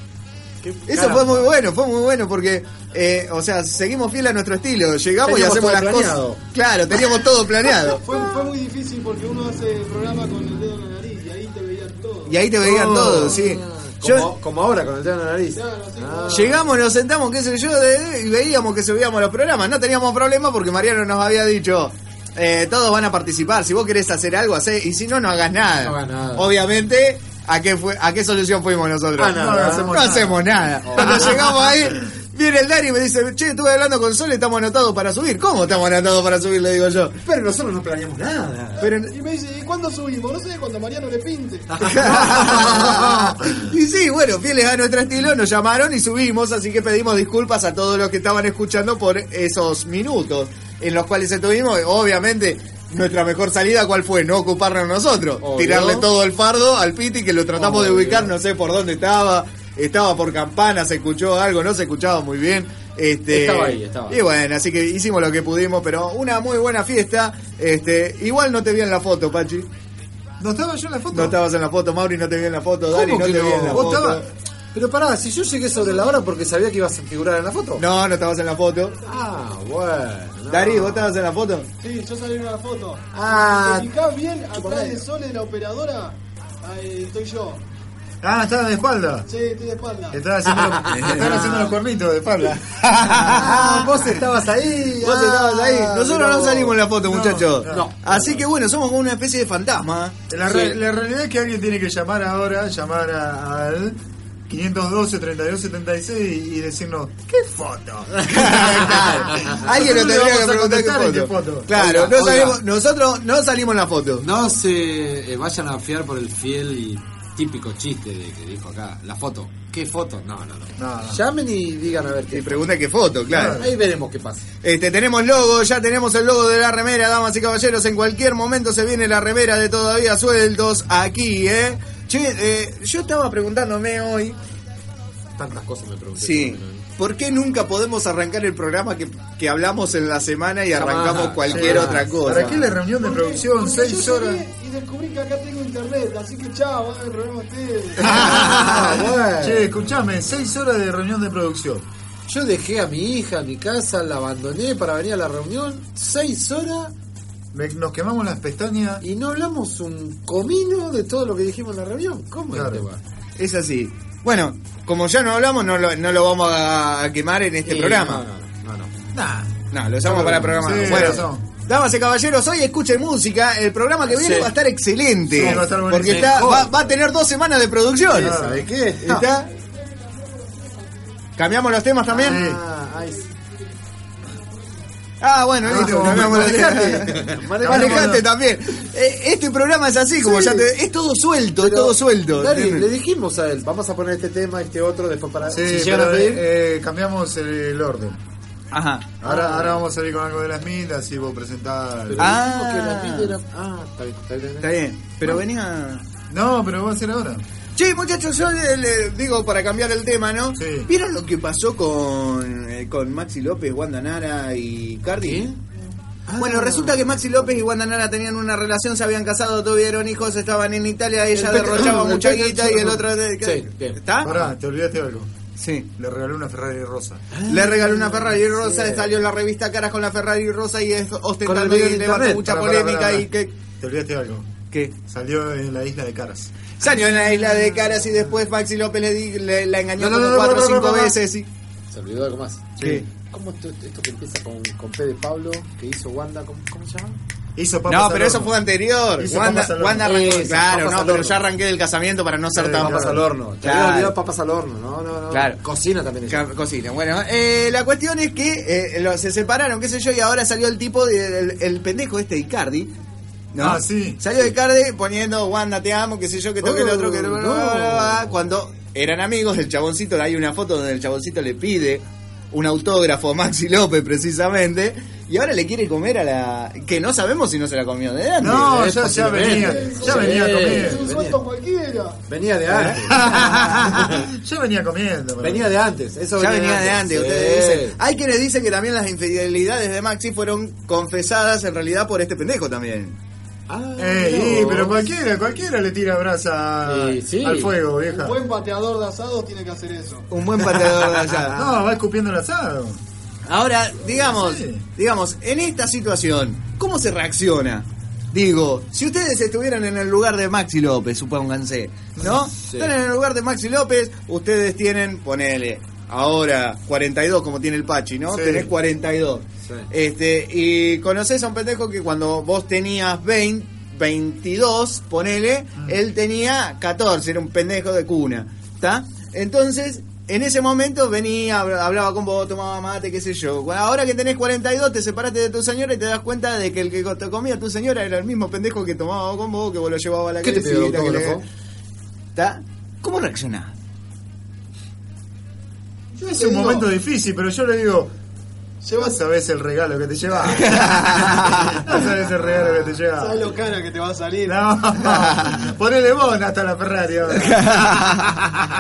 Speaker 4: Qué
Speaker 2: Eso
Speaker 4: caramba.
Speaker 2: fue muy bueno, fue muy bueno porque, eh, o sea, seguimos fiel a nuestro estilo. Llegamos
Speaker 4: Teníamos
Speaker 2: y hacemos
Speaker 4: todo
Speaker 2: las
Speaker 4: planeado.
Speaker 2: cosas. Claro, teníamos todo
Speaker 4: [LAUGHS]
Speaker 2: planeado.
Speaker 6: Fue, fue muy difícil porque uno hace el programa con el dedo en la nariz y ahí te veían todo.
Speaker 2: Y ahí te veían todo, sí.
Speaker 4: Oh. Como,
Speaker 2: Yo-
Speaker 4: como ahora, con el dedo en la nariz. Ah.
Speaker 6: Claro, así como-
Speaker 2: Llegamos, nos sentamos, qué sé yo, de- y veíamos que subíamos los programas. No teníamos problema porque Mariano nos había dicho, eh, todos van a participar. Si vos querés hacer algo, hacé. Y si no, no hagas nada.
Speaker 4: No hagas nada.
Speaker 2: Obviamente, ¿a qué, fue, ¿a qué solución fuimos nosotros?
Speaker 4: Ah, nada.
Speaker 2: No hacemos nada. Oh. Cuando llegamos ahí, viene el Dari y me dice, che, estuve hablando con Sol, estamos anotados para subir. ¿Cómo estamos anotados para subir? Le digo yo.
Speaker 4: Pero nosotros no planeamos nada.
Speaker 2: Pero
Speaker 6: Y me dice, ¿y cuándo subimos? No sé, cuando Mariano le pinte.
Speaker 2: [LAUGHS] y sí, bueno, fieles a nuestro estilo, nos llamaron y subimos, así que pedimos disculpas a todos los que estaban escuchando por esos minutos en los cuales estuvimos. Obviamente, nuestra mejor salida, ¿cuál fue? No ocuparnos nosotros,
Speaker 4: Obvio.
Speaker 2: tirarle todo el fardo al Piti que lo tratamos de ubicar, no sé por dónde estaba, estaba por campana, se escuchó algo, no se escuchaba muy bien. Este,
Speaker 4: Estaba ahí, estaba.
Speaker 2: Y bueno, así que hicimos lo que pudimos, pero una muy buena fiesta. Este, igual no te vi en la foto, Pachi.
Speaker 4: Ah.
Speaker 5: ¿No estaba yo en la foto?
Speaker 2: No estabas en la foto, Mauri no te vi en la foto, Dani
Speaker 4: ¿Cómo
Speaker 2: no
Speaker 4: que
Speaker 2: te vi en la
Speaker 4: ¿Vos
Speaker 2: foto.
Speaker 4: estabas- Pero pará, si yo llegué sobre la hora porque sabía que ibas a figurar en la foto.
Speaker 2: No, no estabas en la foto.
Speaker 4: Ah, bueno. no.
Speaker 2: Dari, ¿vos estabas en la foto?
Speaker 6: Sí, yo salí en la foto.
Speaker 4: Ah,
Speaker 6: ¿Te fijás bien? Atrás
Speaker 4: chupame.
Speaker 6: de Sole, la operadora, ahí estoy yo.
Speaker 5: Ah, estaba de espalda.
Speaker 6: Sí, estoy de espalda.
Speaker 5: Estaba haciendo, los- estaban haciendo los cuernitos de espalda.
Speaker 4: ah, vos estabas ahí.
Speaker 2: Vos
Speaker 4: ah,
Speaker 2: estabas ahí. Nosotros
Speaker 4: mirá
Speaker 2: no
Speaker 4: vos.
Speaker 2: salimos en la foto,
Speaker 5: No,
Speaker 2: muchachos.
Speaker 5: no.
Speaker 2: Así que bueno, somos como una especie de fantasma.
Speaker 5: La, re- la realidad es que alguien tiene que llamar ahora, llamar a- al 512-3276 y, y decirnos, ¿qué foto? [LAUGHS]
Speaker 2: Alguien lo
Speaker 5: Nosotros le
Speaker 2: tendría
Speaker 5: vamos
Speaker 2: que
Speaker 5: a
Speaker 2: preguntar
Speaker 5: contestar en
Speaker 2: qué foto. Claro,
Speaker 4: Oiga,
Speaker 2: no
Speaker 4: oiga.
Speaker 2: salimos- nosotros no salimos en la foto.
Speaker 4: No se eh, vayan a fiar por el fiel y típico chiste de que dijo acá. La foto. ¿Qué foto? No, no, no.
Speaker 5: No, no.
Speaker 4: Llamen y digan a ver qué.
Speaker 2: Y pregunta qué foto, claro.
Speaker 4: Ahí veremos qué pasa.
Speaker 2: Este, tenemos logo, ya tenemos el logo de la remera, damas y caballeros. En cualquier momento se viene la remera de todavía sueldos aquí, ¿eh? Che, eh, yo estaba preguntándome hoy,
Speaker 4: Tantas cosas me pregunté.
Speaker 2: sí, ¿por qué nunca podemos arrancar el programa que, que hablamos en la semana y arrancamos
Speaker 4: Jamás,
Speaker 2: cualquier
Speaker 4: jamás.
Speaker 2: otra cosa?
Speaker 5: ¿Para qué la reunión de
Speaker 6: Porque-
Speaker 5: producción?
Speaker 6: porque
Speaker 5: ¿Seis
Speaker 6: yo
Speaker 5: horas?
Speaker 6: llegué Y descubrí que acá tengo internet, así que chao, hagan el programa ustedes.
Speaker 4: [LAUGHS]
Speaker 5: Ah,
Speaker 4: bueno.
Speaker 5: Che, escuchame, seis horas de reunión de producción.
Speaker 4: Yo dejé a mi hija en mi casa, la abandoné para venir a la reunión, seis horas
Speaker 5: Me- nos quemamos las pestañas.
Speaker 4: y no hablamos un comino de todo lo que dijimos en la reunión. ¿Cómo es
Speaker 5: Claro.
Speaker 4: este va?
Speaker 2: Es así. Bueno, como ya no hablamos, no lo, no lo vamos a, a quemar en este
Speaker 4: Eh,
Speaker 2: programa.
Speaker 4: No, no, no, no.
Speaker 5: Nah.
Speaker 2: No, lo usamos para el programa.
Speaker 5: Sí,
Speaker 2: bueno,
Speaker 5: razón.
Speaker 2: damas y caballeros, hoy escuchen música. El programa que viene
Speaker 4: Sí.
Speaker 2: va a estar excelente.
Speaker 5: Sí, va a estar buenísimo.
Speaker 2: porque está,
Speaker 4: Mejor.
Speaker 2: va, va a tener dos semanas de producción.
Speaker 5: Sí,
Speaker 4: ¿Sabes qué?
Speaker 2: ¿Está? ¿Cambiamos los temas también?
Speaker 4: Ah, ahí sí.
Speaker 2: Ah, bueno, listo.
Speaker 5: no,
Speaker 2: cambiamos los temas.
Speaker 4: manejate.
Speaker 2: Manejate también. Eh, Este programa es así, como
Speaker 4: Sí.
Speaker 2: ya te. Es todo suelto, es
Speaker 4: Pero,
Speaker 2: todo suelto.
Speaker 4: Dani, le dijimos a él, vamos a poner este tema, este otro, después para...
Speaker 5: Sí,
Speaker 4: si llegan a
Speaker 5: pero,
Speaker 4: pedir,
Speaker 5: eh, eh, cambiamos el, orden.
Speaker 8: Ajá.
Speaker 5: Ahora, ahora vamos a salir con algo de las Smith, así vos presentás.
Speaker 4: Pero
Speaker 8: Ah.
Speaker 4: dijo que la Smith era. Ah, está bien, está bien.
Speaker 8: Está bien. Pero venía.
Speaker 5: No, pero va a ser ahora.
Speaker 2: Che, muchachos, yo le, le digo para cambiar el tema, ¿no?
Speaker 5: Sí.
Speaker 2: ¿Vieron lo que pasó con, eh, con Maxi López, Wanda Nara y Cardi? Ah. Bueno, resulta que Maxi López y Wanda Nara tenían una relación, se habían casado, tuvieron hijos, estaban en Italia, ella
Speaker 4: Peter-
Speaker 2: derrochaba
Speaker 4: el
Speaker 2: mucha
Speaker 4: Peter-
Speaker 2: guita y el otro...
Speaker 4: Sí, bien.
Speaker 2: ¿Está?
Speaker 5: Pará, te olvidaste algo.
Speaker 2: Sí.
Speaker 5: Le regalé una Ferrari rosa.
Speaker 2: Le regaló una Ferrari rosa, salió en la revista Caras con la Ferrari rosa y es ostentalmente
Speaker 4: video de
Speaker 2: levantó
Speaker 4: internet.
Speaker 2: mucha
Speaker 5: Pará, pará,
Speaker 2: polémica
Speaker 5: pará,
Speaker 2: y
Speaker 5: pará.
Speaker 2: que...
Speaker 5: Te olvidaste algo.
Speaker 2: ¿Qué?
Speaker 5: Salió en la isla de Caras.
Speaker 2: Salió en la isla de Caras y después Maxi López le, di- le- la engañó
Speaker 5: No, no,
Speaker 2: como
Speaker 5: no, no,
Speaker 2: cuatro
Speaker 5: no,
Speaker 2: o
Speaker 5: no,
Speaker 2: cinco
Speaker 5: no, no.
Speaker 2: veces. y-
Speaker 4: Se olvidó algo más.
Speaker 2: ¿Qué?
Speaker 4: ¿Cómo esto, esto que empieza con, con P de Pablo, que hizo Wanda, ¿cómo, cómo se llama?
Speaker 5: Hizo papas
Speaker 2: No,
Speaker 5: al
Speaker 2: pero eso
Speaker 5: horno.
Speaker 2: fue anterior.
Speaker 5: Hizo
Speaker 2: Wanda,
Speaker 5: papas al horno.
Speaker 2: Wanda arrancó-
Speaker 4: Eso,
Speaker 2: Claro,
Speaker 4: papas
Speaker 2: no,
Speaker 4: al
Speaker 2: pero
Speaker 4: horno.
Speaker 2: yo arranqué del casamiento para no ser
Speaker 5: Sí,
Speaker 2: tan.
Speaker 5: papas al horno.
Speaker 4: Te había olvidado
Speaker 2: Claro.
Speaker 4: papas al horno, no, no, no.
Speaker 2: Claro.
Speaker 4: Cocina también. ella.
Speaker 2: Ca- Cocina. Bueno, eh, la cuestión es que eh, lo- se separaron, qué sé yo, y ahora salió el tipo, de- el, el pendejo este Icardi. ¿no?
Speaker 5: Ah, sí.
Speaker 2: Salió Icardi poniendo Wanda, te amo, qué sé yo, que toque el
Speaker 4: Oh,
Speaker 2: otro, que no.
Speaker 4: no.
Speaker 2: Cuando eran amigos, el chaboncito, hay una foto donde el chaboncito le pide un autógrafo a Maxi López, precisamente. Y ahora le quiere comer a la. que no sabemos si no se la comió de antes. ¿eh?
Speaker 5: No,
Speaker 4: Es
Speaker 5: ya, ya venía.
Speaker 4: posiblemente.
Speaker 5: Ya
Speaker 4: Sí.
Speaker 5: venía
Speaker 6: Es un
Speaker 5: comiendo.
Speaker 6: suelto cualquiera.
Speaker 4: Venía de antes.
Speaker 5: [LAUGHS] ya venía comiendo. pero-
Speaker 4: venía de antes. Eso
Speaker 2: Ya venía de antes, ustedes
Speaker 4: Sí.
Speaker 2: dicen. Hay quienes dicen que también las infidelidades de Maxi fueron confesadas en realidad por este pendejo también.
Speaker 4: Ah,
Speaker 5: Ey,
Speaker 4: mirá
Speaker 5: Eh, y, pero
Speaker 4: vos.
Speaker 5: cualquiera, cualquiera le tira brasa
Speaker 4: Sí, sí.
Speaker 5: al fuego, vieja.
Speaker 6: Un buen bateador de asados tiene que hacer eso.
Speaker 2: Un buen pateador de [LAUGHS] allá.
Speaker 5: No, va escupiendo el asado.
Speaker 2: Ahora, digamos,
Speaker 5: Sí.
Speaker 2: digamos, en esta situación, ¿cómo se reacciona? Digo, si ustedes estuvieran en el lugar de Maxi López, supónganse, ¿no? Están en el lugar de Maxi López, ustedes tienen, ponele, ahora 42 como tiene el Pachi, ¿no?
Speaker 5: Sí.
Speaker 2: Tenés 42.
Speaker 4: Sí.
Speaker 2: Este, y conocés a un pendejo que cuando vos tenías 20, 22, ponele,
Speaker 4: Ah.
Speaker 2: él tenía 14, era un pendejo de cuna, ¿está? Entonces, en ese momento venía, habl- hablaba con vos, tomaba mate, qué sé yo. Bueno, Ahora que tenés 42, te separaste de tu señora y te das cuenta de que el que te comía tu señora era el mismo pendejo que tomaba con vos, que vos lo llevabas a la
Speaker 4: ¿Qué te pidió el
Speaker 2: cabecita, que le-
Speaker 4: autógrafo?
Speaker 2: ¿Está? ¿Cómo reaccionás?
Speaker 5: Es un momento difícil, pero yo le digo,
Speaker 6: Llevas-
Speaker 5: vos sabés el regalo que te lleva. no sabés el regalo que te lleva.
Speaker 6: ¿Sabes lo cara que te va a salir?
Speaker 5: No, ponele vos hasta la Ferrari ahora.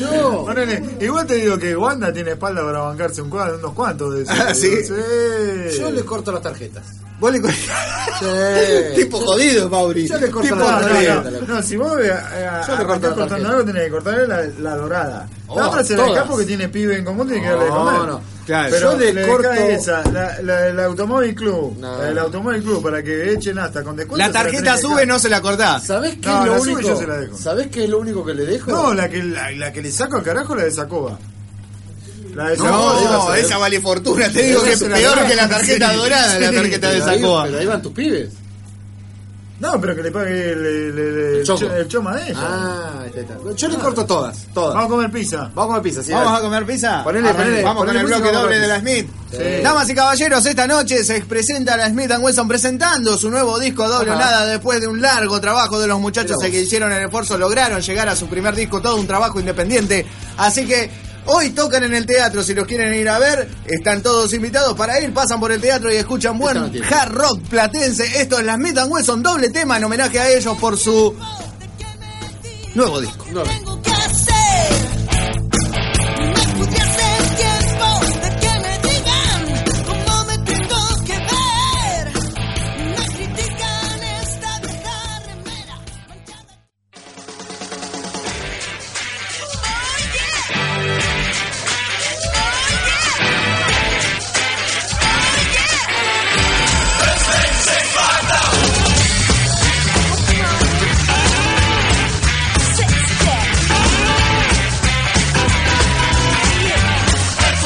Speaker 4: No.
Speaker 5: Ponele. Igual te digo que Wanda tiene espalda para bancarse un cuadro, unos cuantos de esos.
Speaker 2: Ah, ¿sí?
Speaker 5: Sí.
Speaker 4: Yo le corto las tarjetas.
Speaker 2: Vos
Speaker 4: [LAUGHS]
Speaker 2: le Tipo jodido, Mauri.
Speaker 4: Yo le corto
Speaker 2: Tipo
Speaker 5: No, no,
Speaker 2: jodido.
Speaker 5: no, no, no, si vos eh, eh,
Speaker 4: Yo le corto la
Speaker 5: arrancás cortando
Speaker 4: tarjeta.
Speaker 5: algo, tenés que cortarle la, la dorada.
Speaker 4: Oh,
Speaker 5: la otra se la
Speaker 4: todas.
Speaker 5: escapa porque tiene pibe en común, tiene que darle de
Speaker 4: No,
Speaker 5: comer.
Speaker 4: no.
Speaker 2: Claro.
Speaker 5: Pero
Speaker 4: Yo le
Speaker 5: le,
Speaker 4: corto-
Speaker 5: cae esa, la, la- el Automóvil Club.
Speaker 4: No.
Speaker 5: la del Automóvil Club, para que echen hasta con descuento.
Speaker 2: La
Speaker 5: se
Speaker 2: tarjeta
Speaker 5: tenés que
Speaker 2: sube,
Speaker 5: dejar.
Speaker 2: no se la cortás.
Speaker 4: ¿Sabés qué
Speaker 5: No,
Speaker 4: es
Speaker 5: la
Speaker 4: lo
Speaker 5: suya
Speaker 4: único?
Speaker 5: se la dejo.
Speaker 4: ¿Sabés qué es lo único que le dejo?
Speaker 5: No, la que, la, la que le saco al carajo, la de Sacoba. La de
Speaker 2: No,
Speaker 5: Sacoba,
Speaker 2: no,
Speaker 5: esa-
Speaker 2: esa vale fortuna. Te digo que es
Speaker 5: Esa la
Speaker 2: peor
Speaker 5: verdad.
Speaker 2: que la tarjeta dorada, la
Speaker 5: sí.
Speaker 2: tarjeta de
Speaker 4: pero, ahí,
Speaker 2: Sacoa.
Speaker 4: pero ahí van tus pibes.
Speaker 5: No, pero que le pague el, el- el- el
Speaker 4: chomo.
Speaker 5: cho- el choma de ella.
Speaker 4: Ah, ahí está, ahí está. Yo le corto todas,
Speaker 5: Vamos
Speaker 4: todas.
Speaker 5: a comer pizza.
Speaker 4: Vamos a pizza, sí.
Speaker 2: ¿Vamos a
Speaker 4: dale.
Speaker 2: comer pizza?
Speaker 4: Ponele,
Speaker 2: Arranca.
Speaker 4: ponele,
Speaker 2: Vamos
Speaker 4: ponele
Speaker 2: con el
Speaker 4: música,
Speaker 2: bloque
Speaker 4: vamos a
Speaker 2: doble de
Speaker 4: comer
Speaker 2: la Smith. Damas y caballeros, esta noche se presenta la Smith and Wesson presentando su nuevo disco doble o
Speaker 4: Ajá.
Speaker 2: nada después de un largo trabajo de los muchachos
Speaker 4: Mirá vos.
Speaker 2: que hicieron el esfuerzo, lograron llegar a su primer disco, todo un trabajo independiente. Así que hoy tocan en el teatro, si los quieren ir a ver, están todos invitados para ir, pasan por el teatro y escuchan buen
Speaker 4: no tiene.
Speaker 2: hard rock platense. Esto es la Smith and Wesson, doble tema en homenaje a ellos por su nuevo disco.
Speaker 9: Tengo que hacer, me pude hacer tiempo de que me digan cómo me tengo que ver. Me critican esta vieja remera manchada.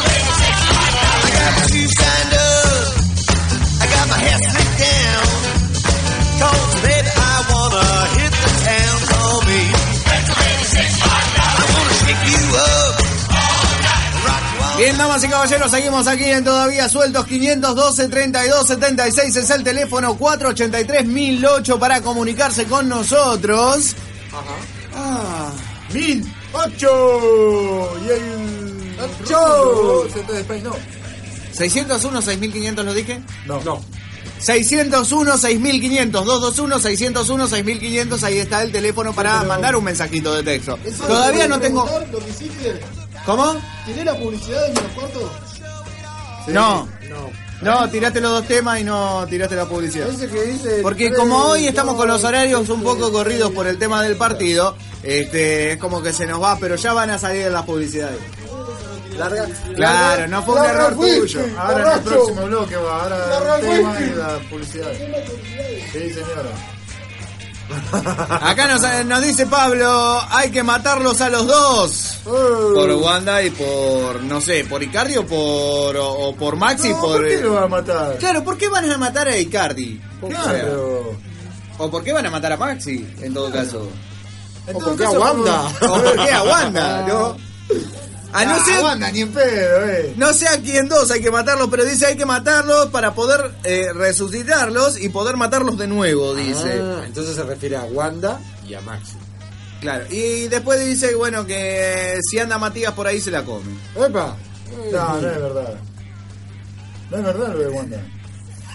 Speaker 7: I got my shoes lined up. I got my hair slicked down. Cause baby, I wanna hit the town. Call me. I wanna shake you up. Rock you all
Speaker 2: Bien, damas y caballeros, seguimos aquí en Todavía Sueltos 512 32 76 es el teléfono 483 1008 para comunicarse con nosotros.
Speaker 5: ¡1008! Y hay un
Speaker 2: Chau.
Speaker 5: Central Space, no.
Speaker 2: 601, 6500 lo dije.
Speaker 5: No. No.
Speaker 2: 601 6500 221 601 6500 ahí está el teléfono para mandar un mensajito de texto. Todavía no tengo
Speaker 6: Domicilio.
Speaker 2: ¿Cómo?
Speaker 6: ¿Tiene la publicidad de mi cuarto?
Speaker 2: No.
Speaker 5: No.
Speaker 2: No, tiraste los dos temas y no tiraste la publicidad.
Speaker 5: Ese que dice.
Speaker 2: Porque
Speaker 5: tres,
Speaker 2: como hoy estamos
Speaker 5: dos,
Speaker 2: con los horarios un poco corridos por el tema del partido, este es como que se nos va, pero ya van a salir las publicidades.
Speaker 5: Larga.
Speaker 2: Claro, no fue un
Speaker 5: Larga
Speaker 2: error
Speaker 5: fuiste,
Speaker 2: tuyo.
Speaker 5: Ahora en el
Speaker 2: borracho.
Speaker 5: próximo bloque va.
Speaker 6: Larga
Speaker 5: Ahora el tema
Speaker 6: fuiste.
Speaker 5: y la publicidad. Sí, señora.
Speaker 2: Acá nos, nos dice Pablo, hay que matarlos a los dos.
Speaker 5: Oh.
Speaker 2: Por Wanda y por, no sé, por Icardi o por, o, o por Maxi.
Speaker 5: No,
Speaker 2: por,
Speaker 5: ¿Por qué lo va a matar?
Speaker 2: Claro, ¿por qué van a matar a Icardi? O sea,
Speaker 5: Claro.
Speaker 2: ¿O por qué van a matar a Maxi, en todo caso?
Speaker 5: ¿O
Speaker 2: todo
Speaker 5: por qué
Speaker 2: caso,
Speaker 5: aguanta?
Speaker 2: [LAUGHS] ¿O por qué a Wanda? ¿no? A
Speaker 4: Ah,
Speaker 2: no ser-
Speaker 5: Aguanta, ni en pedo, eh.
Speaker 2: No sé a quién dos hay que matarlos, pero dice hay que matarlos para poder eh, resucitarlos y poder matarlos de nuevo, dice.
Speaker 4: Ah, entonces se refiere a Wanda y a Maxi.
Speaker 2: Claro. Y después dice, bueno, que si anda Matías por ahí se la come.
Speaker 5: ¡Epa! No, no es verdad. No es verdad lo de Wanda.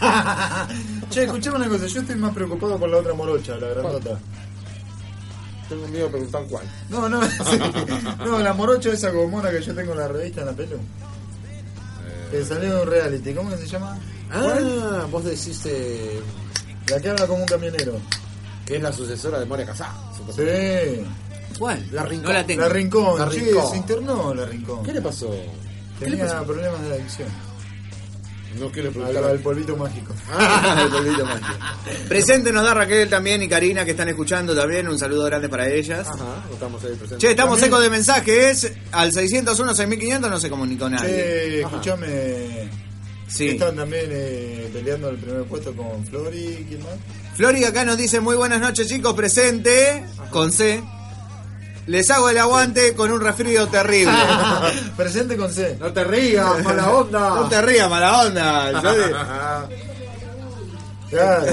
Speaker 5: [LAUGHS] che, escuchame una cosa, yo estoy más preocupado por la otra morocha, la grandota.
Speaker 4: Tengo miedo de preguntar cuál.
Speaker 5: No, [LAUGHS] no, sí. no, la morocha esa gomona que yo tengo en la revista en la pelu.
Speaker 4: Eh.
Speaker 5: Que salió de un reality, ¿cómo que se llama?
Speaker 4: Ah, vos decís eh,
Speaker 5: La que habla como un camionero.
Speaker 4: que es la sucesora de Moria Casá.
Speaker 5: Sí.
Speaker 2: ¿Cuál?
Speaker 4: La Rincón.
Speaker 2: No la tengo.
Speaker 5: La Rincón,
Speaker 4: La
Speaker 5: sí,
Speaker 4: Rincón.
Speaker 5: se internó la Rincón.
Speaker 4: ¿Qué le pasó?
Speaker 5: Tenía problemas de adicción.
Speaker 4: No quiero
Speaker 5: Al,
Speaker 4: preguntar.
Speaker 5: al
Speaker 4: [LAUGHS]
Speaker 5: polvito mágico.
Speaker 2: Presente nos da Raquel también y Karina que están escuchando también. Un saludo grande para ellas.
Speaker 4: Ajá, no estamos ahí presentes.
Speaker 2: Che, estamos secos de mensajes. Al 601, 6500 no se comunicó nadie.
Speaker 5: Che, escuchame.
Speaker 2: Sí.
Speaker 5: Están también eh, peleando el primer puesto con Flori, ¿quién más?
Speaker 2: Flori acá nos dice muy buenas noches chicos, presente con C. Les hago el aguante con un resfrío
Speaker 4: [LAUGHS]
Speaker 2: terrible.
Speaker 5: Presente con C.
Speaker 4: No te rías, mala
Speaker 2: No
Speaker 4: onda.
Speaker 2: te rías, mala onda. Yo
Speaker 4: [LAUGHS]
Speaker 2: de-
Speaker 5: [LAUGHS] Claro.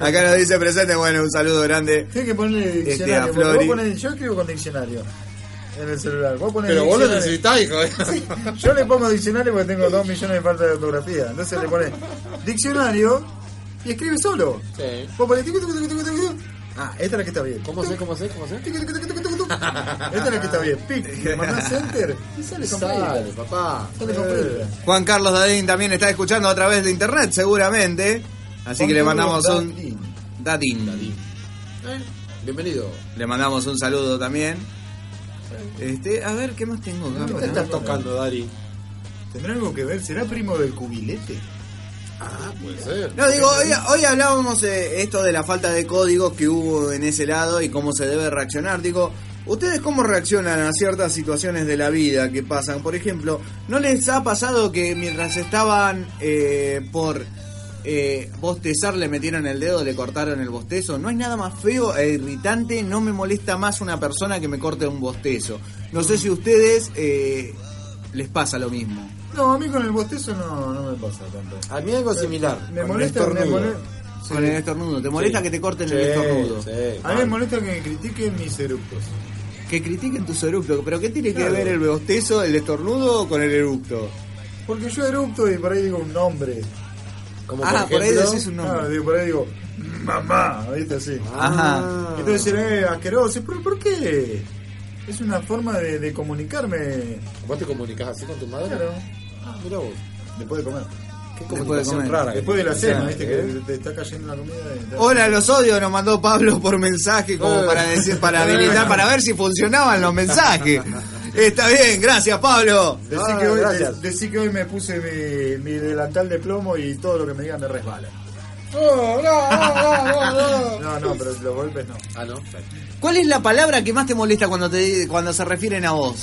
Speaker 2: acá nos dice presente, bueno, un saludo grande.
Speaker 5: Tienes que poner el
Speaker 2: Este,
Speaker 5: diccionario.
Speaker 2: a
Speaker 5: porque
Speaker 2: Flori.
Speaker 5: vos ponés- yo escribo con diccionario en el celular. Vos ponés
Speaker 4: Pero vos lo
Speaker 5: diccionario.
Speaker 4: necesitáis, hijo.
Speaker 5: Yo le pongo diccionario porque tengo dos millones de falta de ortografía. Entonces le pones diccionario y escribe solo.
Speaker 4: Sí.
Speaker 5: Vos ponés tucu, tucu, tucu, tucu, tucu. Ah, esta es la que está bien.
Speaker 4: ¿Cómo sé, cómo sé, cómo sé?
Speaker 5: Tucu, tucu, tucu, tucu, tucu, tucu. Esta es la que está bien. Pic, le mandás Eh, enter y sale completa.
Speaker 4: Sale, papá.
Speaker 5: Sale completa.
Speaker 2: Juan Carlos Dadín también está escuchando a través de internet seguramente. Así que le mandamos un... Dadín.
Speaker 4: Eh, Bienvenido.
Speaker 2: Le mandamos un saludo también. Este, a ver, ¿qué más tengo acá?
Speaker 5: ¿Qué
Speaker 2: para-
Speaker 5: estás tocando?
Speaker 4: Dari.
Speaker 5: ¿Tendrá algo que ver? ¿Será primo del cubilete?
Speaker 4: Ah, puede ser.
Speaker 2: No, digo, hoy, hoy hablábamos eh, esto de la falta de códigos que hubo en ese lado y cómo se debe reaccionar. Digo, ¿ustedes cómo reaccionan a ciertas situaciones de la vida que pasan? Por ejemplo, ¿no les ha pasado que mientras estaban eh, por eh, bostezar le metieron el dedo, le cortaron el bostezo? No hay nada más feo e irritante, no me molesta más una persona que me corte un bostezo. No sé si a ustedes eh, les pasa lo mismo.
Speaker 5: No, a mí con el bostezo no, no me pasa tanto.
Speaker 4: A mí algo similar.
Speaker 5: Me
Speaker 4: con
Speaker 5: molesta,
Speaker 4: el
Speaker 5: me
Speaker 4: estornudo.
Speaker 5: molesta.
Speaker 2: Con el estornudo, ¿te molesta que te corten el
Speaker 4: Sí,
Speaker 2: estornudo?
Speaker 4: sí,
Speaker 5: A mí me
Speaker 4: mal.
Speaker 5: molesta que me critiquen mis eructos.
Speaker 2: Que critiquen tus eructos, pero ¿qué tiene
Speaker 5: Claro.
Speaker 2: que ver el bostezo, el estornudo con el eructo?
Speaker 5: Porque yo eructo y por ahí digo un nombre.
Speaker 4: Como
Speaker 2: Ah, por ahí
Speaker 4: ejemplo-
Speaker 2: decís un
Speaker 5: Claro,
Speaker 2: nombre.
Speaker 5: digo, por ahí digo, mamá, ¿viste así?
Speaker 4: Ah.
Speaker 2: Ajá.
Speaker 5: Entonces dicen, eh, asqueroso, pero ¿por qué? Es una forma de, de comunicarme.
Speaker 4: ¿Vos te comunicás así con tu madre?
Speaker 5: Claro.
Speaker 4: Ah, mirá vos.
Speaker 5: Después de comer.
Speaker 2: Después
Speaker 4: Qué
Speaker 2: de
Speaker 4: comunicación
Speaker 2: comer.
Speaker 4: rara. que
Speaker 5: Después de la
Speaker 4: tenés.
Speaker 5: cena, ¿viste?
Speaker 4: ¿eh?
Speaker 5: Que te está cayendo la comida. y tal.
Speaker 2: Hola, los odio, nos mandó Pablo por mensaje como
Speaker 4: Eh.
Speaker 2: para decir, para habilitar, para ver si funcionaban los
Speaker 4: [LAUGHS]
Speaker 2: mensajes. Está bien, gracias Pablo.
Speaker 5: Decí,
Speaker 4: Ah,
Speaker 5: que hoy,
Speaker 4: gracias.
Speaker 5: de- decí que hoy me puse mi, mi delantal de plomo y todo lo que me digan me resbala.
Speaker 4: Oh, no, no, no, no.
Speaker 5: [LAUGHS] No, no, pero los golpes no.
Speaker 4: Ah, no.
Speaker 2: ¿Cuál es la palabra que más te molesta cuando te cuando se refieren a vos?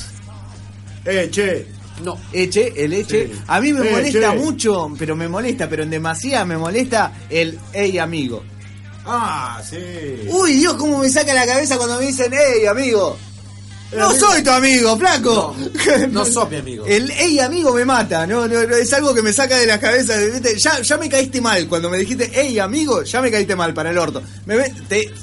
Speaker 5: Eh, che,
Speaker 2: No. Eche, el eche.
Speaker 5: Sí.
Speaker 2: A mí me
Speaker 5: Eh,
Speaker 2: molesta
Speaker 5: che.
Speaker 2: mucho, pero me molesta, pero en demasía me molesta el hey amigo.
Speaker 5: Ah, sí.
Speaker 2: Uy, Dios, cómo me saca la cabeza cuando me dicen, hey, amigo. No
Speaker 5: amigo.
Speaker 2: soy tu amigo, flaco. [LAUGHS]
Speaker 4: No sos mi amigo.
Speaker 2: El hey, amigo, me mata. No, no, no, es algo que me saca de la cabeza. ¿viste? Ya, ya me caíste mal. Cuando me dijiste, hey, amigo, ya me caíste mal para el orto. Me ve- te-